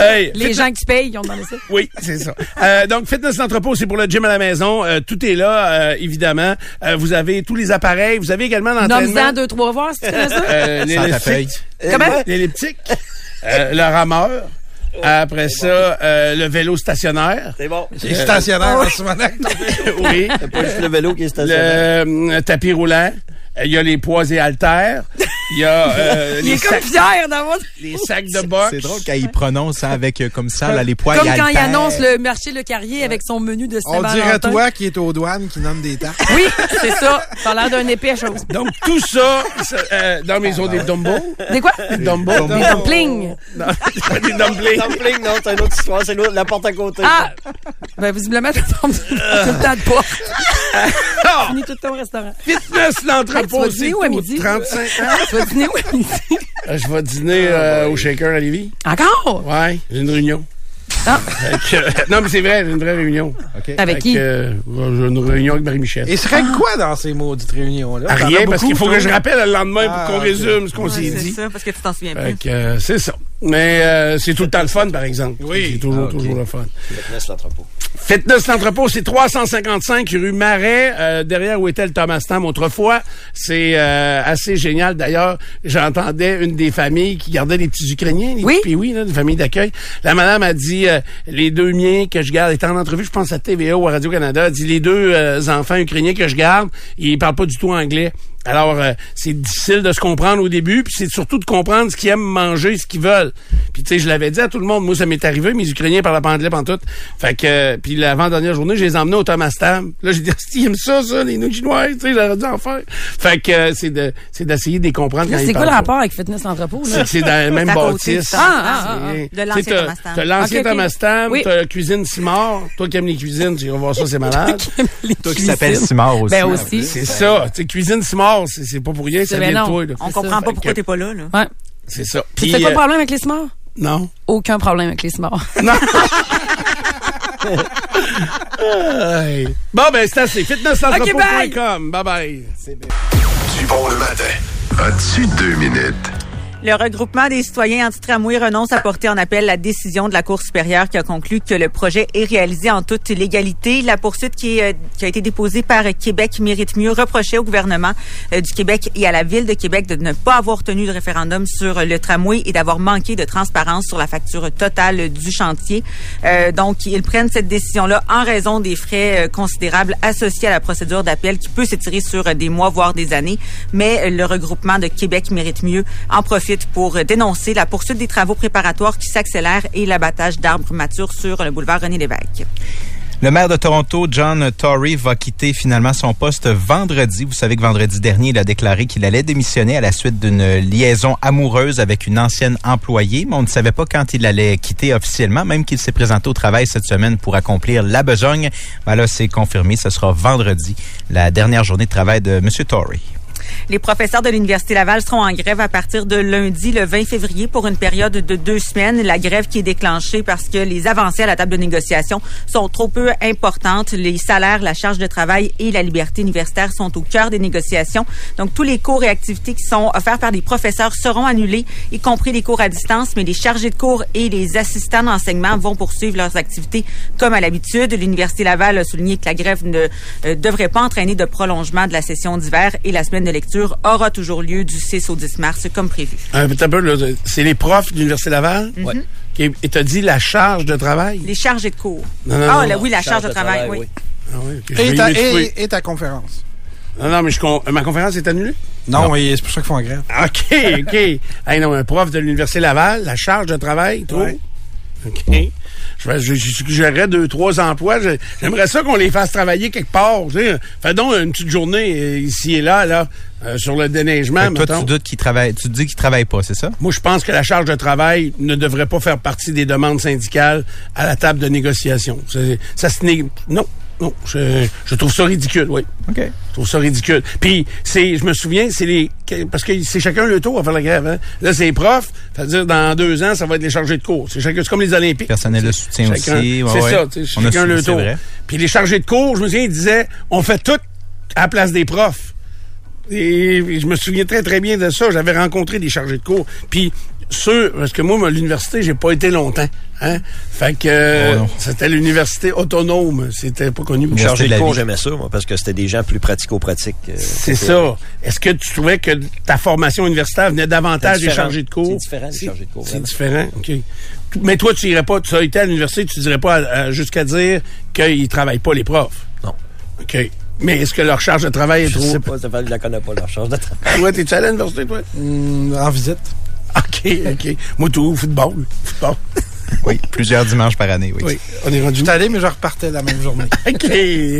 S2: Hey,
S1: Les gens qui payent, ils ont demandé ça.
S2: Oui, c'est ça. Euh, donc, Fitness L'Entrepôt, c'est pour le gym à la maison. Euh, tout est là, euh, évidemment. Euh, vous avez tous les appareils. Vous avez également l'entraînement.
S1: Nomme-en deux, trois voir, si tu connais ça.
S2: Euh,
S6: Sans ta paye.
S2: l'elliptique.
S1: Comment?
S2: L'elliptique. euh, le rameur. Après ça, euh, le vélo stationnaire.
S3: C'est bon.
S5: Il est stationnaire en ce moment.
S2: Oui.
S3: C'est pas juste le vélo qui est stationnaire.
S2: Le euh, tapis roulant. Euh, Il y a les poids et haltères. Il y a euh,
S1: Il
S2: les,
S1: est comme
S2: sacs,
S1: Pierre dans votre...
S2: les sacs de boxe.
S6: C'est drôle quand il prononce ça avec euh, comme ça, là, les poils.
S1: Comme quand il
S6: altèrent.
S1: annonce le marché Le Carrier avec son menu de
S5: On
S1: Saint-Valentin.
S5: dirait toi qui est aux douanes qui nomme des tartes.
S1: Oui, c'est ça. Ça a l'air d'un épais à chose.
S2: Donc, tout ça, ça, euh, dans mes
S6: Ah,
S2: os, des dumbbells.
S1: Des quoi?
S2: Des dumbbells.
S1: Des dumplings.
S2: Non, des dumplings.
S3: Dumpling, non, c'est une autre histoire, c'est l'autre, la porte à côté.
S1: Ah! Ben, visiblement, tu tombes tout le temps de porte. Tu finis tout le temps au restaurant.
S2: Fitness,
S1: Hey, tu
S2: l'entrepôt,
S1: vas
S2: c'est
S1: dîner où à
S2: tout.
S1: midi?
S2: 35 ans.
S1: Tu vas dîner où à midi?
S2: Euh, Je vais
S5: Ah,
S2: dîner
S5: ben
S2: euh, au Shaker à Lévis.
S1: Encore?
S2: Ouais, j'ai une réunion.
S1: Ah.
S2: Fait que- euh, non, mais c'est vrai, j'ai une vraie réunion.
S1: Avec
S2: Fait
S1: qui?
S2: que, euh, j'ai une réunion avec Marie-Michel.
S5: Et ce serait quoi dans ces maudites réunions-là?
S2: Ah,
S5: T'en as
S2: Rien, parce
S5: beaucoup,
S2: qu'il faut
S5: toi?
S2: que je rappelle le lendemain
S5: Ah,
S2: pour qu'on
S5: ok.
S2: résume ce qu'on s'est
S4: C'est
S2: dit.
S4: ça, parce que tu t'en souviens plus.
S2: Fait que, euh, c'est ça. Mais euh, c'est tout le temps le fun, par exemple.
S5: Oui.
S2: C'est toujours,
S5: Ah, ok.
S2: toujours le fun.
S3: Laisse l'entrepôt.
S2: Fitness l'entrepôt, c'est 355 rue Marais, euh, derrière où était le Thomas Tam autrefois. C'est euh, assez génial. D'ailleurs, j'entendais une des familles qui gardait les petits Ukrainiens, les
S1: Oui.
S2: petits oui, là, une famille d'accueil. La madame a dit euh, les deux miens que je garde. Elle était en entrevue, je pense à TVA ou à Radio Canada. Elle dit les deux euh, enfants ukrainiens que je garde, ils parlent pas du tout anglais. Alors, euh, c'est difficile de se comprendre au début, puis c'est surtout de comprendre ce qu'ils aiment manger, ce qu'ils veulent. Puis, tu sais, je l'avais dit à tout le monde, moi, ça m'est arrivé, mes Ukrainiens parlaient pas anglais pantoute. Fait que, euh, puis l'avant-dernière journée, je les ai emmenés au Thomas Tam. Là, j'ai dit, ils aiment ça, ça, les Chinois, tu sais, j'aurais dû en faire. Fait que, euh, c'est de, c'est d'essayer de les comprendre
S1: Là,
S2: quand
S1: c'est
S2: ils
S1: quoi
S2: parlent
S1: le
S2: pas.
S1: rapport avec Fitness Entrepôt, là?
S2: C'est que c'est dans la même
S4: à côté
S2: bâtisse.
S4: du Thomas
S1: Tam. Ah, ah, ah,
S2: C'est-
S4: ah. De
S2: tu sais,
S4: l'ancien
S2: t'as-
S4: Thomas Tam.
S2: T'as l'ancien
S1: Ok, ok.
S2: Thomas Tam,
S1: Oui.
S2: t'as la cuisine Simard. Toi qui aimes les cuisines, tu vas voir ça, c'est malade.
S6: Toi qui s'appelle Simard aussi.
S1: Ben
S6: en
S1: aussi.
S6: plus.
S2: C'est ça. Tu sais, cuisine Simard, c'est c'est pas pour rien, ça
S1: Mais
S2: vient de
S1: non.
S2: toi, là.
S4: On
S1: C'est ça.
S4: comprend
S2: Fait
S4: pas
S2: que-
S4: pourquoi t'es pas là, là.
S1: Ouais.
S2: C'est ça.
S1: Tu
S2: Puis,
S1: sais quoi
S2: euh,
S1: le problème avec les smarts?
S2: Non.
S1: Aucun problème avec les smarts.
S2: Non. Aïe. bon, ben, c'est assez. Fitnessentrepôt.com. bye bye.
S7: Du bon le matin. As-tu deux minutes?
S4: Le regroupement des citoyens anti-tramway renonce à porter en appel la décision de la Cour supérieure qui a conclu que le projet est réalisé en toute légalité. La poursuite qui, est, euh, qui a été déposée par Québec mérite mieux reprochait au gouvernement euh, du Québec et à la Ville de Québec de ne pas avoir tenu de référendum sur le tramway et d'avoir manqué de transparence sur la facture totale du chantier. Euh, donc, ils prennent cette décision-là en raison des frais euh, considérables associés à la procédure d'appel qui peut s'étirer sur euh, des mois, voire des années. Mais euh, le regroupement de Québec mérite mieux en profite pour euh, dénoncer la poursuite des travaux préparatoires qui s'accélèrent et l'abattage d'arbres matures sur le boulevard René Lévesque.
S6: Le maire de Toronto, John Tory, va quitter finalement son poste vendredi. Vous savez que vendredi dernier, il a déclaré qu'il allait démissionner à la suite d'une liaison amoureuse avec une ancienne employée, mais on ne savait pas quand il allait quitter officiellement, même qu'il s'est présenté au travail cette semaine pour accomplir la besogne. Ben là, c'est confirmé, ce sera vendredi, la dernière journée de travail de M. Tory.
S4: Les professeurs de l'Université Laval seront en grève à partir de lundi, le 20 février, pour une période de deux semaines. La grève qui est déclenchée parce que les avancées à la table de négociation sont trop peu importantes. Les salaires, la charge de travail et la liberté universitaire sont au cœur des négociations. Donc, tous les cours et activités qui sont euh, offerts par les professeurs seront annulés, y compris les cours à distance, mais les chargés de cours et les assistants d'enseignement vont poursuivre leurs activités comme à l'habitude. L'Université Laval a souligné que la grève ne euh, devrait pas entraîner de prolongement de la session d'hiver et la semaine de lecture aura toujours lieu du 6 au 10 mars comme prévu.
S2: Un petit peu, là, c'est les profs de l'Université Laval. Ouais. Qui, et t'as dit la charge de travail.
S4: Les chargés de cours.
S2: Non, non,
S4: ah,
S2: non.
S4: là, oui, la charge, de travail, oui.
S2: Ah oui, ok, je vais
S5: Et
S2: y
S5: ta,
S2: aller trouver.
S5: et- et ta conférence.
S2: Non, non, mais je con- ma conférence est annulée.
S5: Non, oui, c'est pour ça qu'ils font en grève.
S2: OK, OK. hey, non, un prof de l'Université Laval, la charge de travail, toi.
S5: Ouais.
S2: OK. Je, vais- je- je suggérerais deux, trois emplois. Je- J'aimerais ça qu'on les fasse travailler quelque part. Tu sais, fais donc une petite journée euh, ici et là, là, euh, sur le déneigement,
S6: Fait que toi,
S2: mettons.
S6: tu doutes qu'il travaille, tu dis qu'il travaille pas, c'est ça?
S2: Moi, je pense que la charge de travail ne devrait pas faire partie des demandes syndicales à la table de négociation. C'est- Ça se négocie. Non, non. Je, je trouve ça ridicule, oui.
S6: OK.
S2: Je trouve ça ridicule. Puis, c'est, je me souviens, c'est les. que- Parce que c'est chacun le tour à faire la grève. Hein? Là, c'est les profs. C'est-à-dire, dans deux ans, ça va être les chargés de cours. C'est, chacun, c'est comme les Olympiques.
S6: Personnel de soutien
S2: Chacun-
S6: aussi. ouais,
S2: c'est
S6: ouais.
S2: ça, tu sais,
S6: On a
S2: chacun
S6: su-
S2: le
S6: c'est
S2: tour.
S6: vrai.
S2: Puis les chargés de cours, je me souviens, ils disaient on fait tout à la place des profs. Et je me souviens très, très bien de ça. J'avais rencontré des chargés de cours. Puis ceux, parce que moi, à l'université, j'ai pas été longtemps. Hein? Fait que euh,
S6: Oh non.
S2: c'était l'université autonome. C'était pas connu pour
S6: Université
S2: chargés
S3: Chargé
S6: de
S3: de
S6: la
S3: cours,
S6: vie.
S3: j'aimais ça, moi, parce que c'était des gens plus pratico-pratiques. euh,
S2: C'est ça. Est-ce que tu trouvais que ta formation universitaire venait davantage
S3: C'est
S2: des
S3: différent.
S2: chargés de cours?
S3: C'est différent, les chargés de cours,
S2: C'est
S3: vraiment.
S2: différent, OK. Tu- Mais toi, tu irais pas, tu as été à l'université, tu dirais pas à- à- jusqu'à dire qu'ils travaillent pas les profs.
S3: Non.
S2: OK. Mais est-ce que leur charge de travail est
S3: Je
S2: trop...
S3: sais pas, ça fait, je la connais pas, leur charge de travail.
S2: Toi, t'es-tu à l'université, toi?
S5: Hum, en visite.
S2: OK, OK. Moi, tout, football. Football.
S6: Oui, plusieurs dimanches par année, oui.
S2: Oui, on est rendu
S5: Je
S2: où?
S5: suis allé, mais je repartais la même journée.
S2: OK,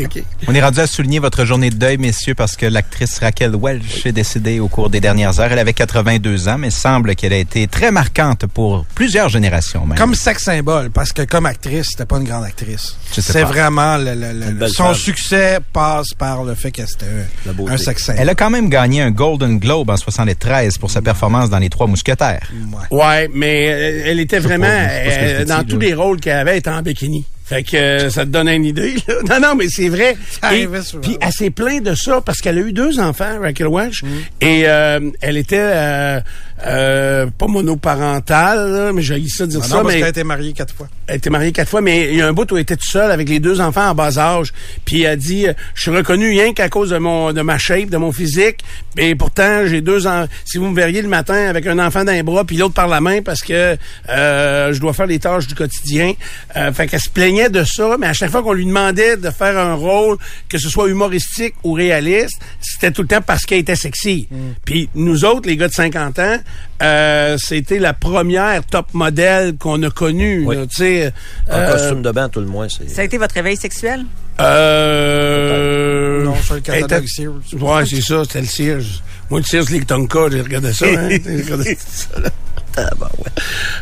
S2: OK.
S6: On est rendu à souligner votre journée de deuil, messieurs, parce que l'actrice Raquel Welch est décédée au cours des dernières heures. Elle avait 82 ans, mais semble qu'elle a été très marquante pour plusieurs générations même.
S5: Comme sex symbole, parce que comme actrice, c'était pas une grande actrice.
S6: Je sais
S5: C'est
S6: pas.
S5: vraiment le- le- le-
S3: une belle
S5: son
S3: femme.
S5: succès passe par le fait que c'était
S3: La
S5: un,
S3: beauté.
S5: un sex symbole.
S6: Elle a quand même gagné un Golden Globe en 73 pour sa performance dans Les Trois Mousquetaires.
S2: Ouais, mais euh, elle était
S6: sais pas,
S2: vraiment
S6: je sais pas ce que je
S2: euh,
S6: te
S2: dans
S6: dis,
S2: tous
S6: là.
S2: les rôles qu'elle avait, elle était en bikini. Fait que euh, ça te donne une idée. là. Non, non, mais c'est vrai.
S5: Ça
S2: Et-
S5: arrivait souvent.
S2: Puis elle s'est plainte de ça parce qu'elle a eu deux enfants, Raquel Welch,
S6: Mm.
S2: et euh, elle était euh, euh, pas monoparentale, là, mais j'ai ça dire
S5: Ah
S2: ça,
S5: non, parce
S2: mais
S5: qu'elle a été mariée quatre fois.
S2: elle était mariée quatre fois, mais il y a un bout où elle était toute seule avec les deux enfants en bas âge. Puis elle dit, euh, je suis reconnue rien qu'à cause de mon de ma shape, de mon physique. Et pourtant, j'ai deux ans. Si vous me verriez le matin avec un enfant dans les bras puis l'autre par la main parce que euh, je dois faire les tâches du quotidien. Euh, fait qu'elle se plaignait de ça, mais à chaque fois qu'on lui demandait de faire un rôle, que ce soit humoristique ou réaliste, c'était tout le temps parce qu'elle était
S5: Mm.
S2: sexy. Puis nous autres, les gars de 50 ans, euh, c'était la première top modèle qu'on a connue.
S3: Oui.
S2: là, tu sais,
S3: En
S2: euh,
S3: costume de bain, tout le moins, c'est.
S4: Ça a été votre réveil sexuel?
S2: euh,
S5: Non, sur le catalogue
S2: était-
S5: Sears.
S2: Ouais, c'est ça, c'était le Sears. Moi, le Sears, les Tonka, j'ai regardé ça. Hein, j'ai regardé ça là.
S5: Ah, bah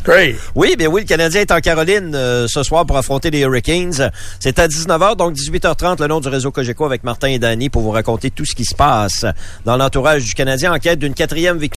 S2: Great.
S3: Oui, bien oui, le Canadien est en Caroline euh, ce soir pour affronter les Hurricanes. C'est à 19h, donc 18h30, le nom du réseau Cogeco avec Martin et Danny pour vous raconter tout ce qui se passe dans l'entourage du Canadien en quête d'une quatrième victoire.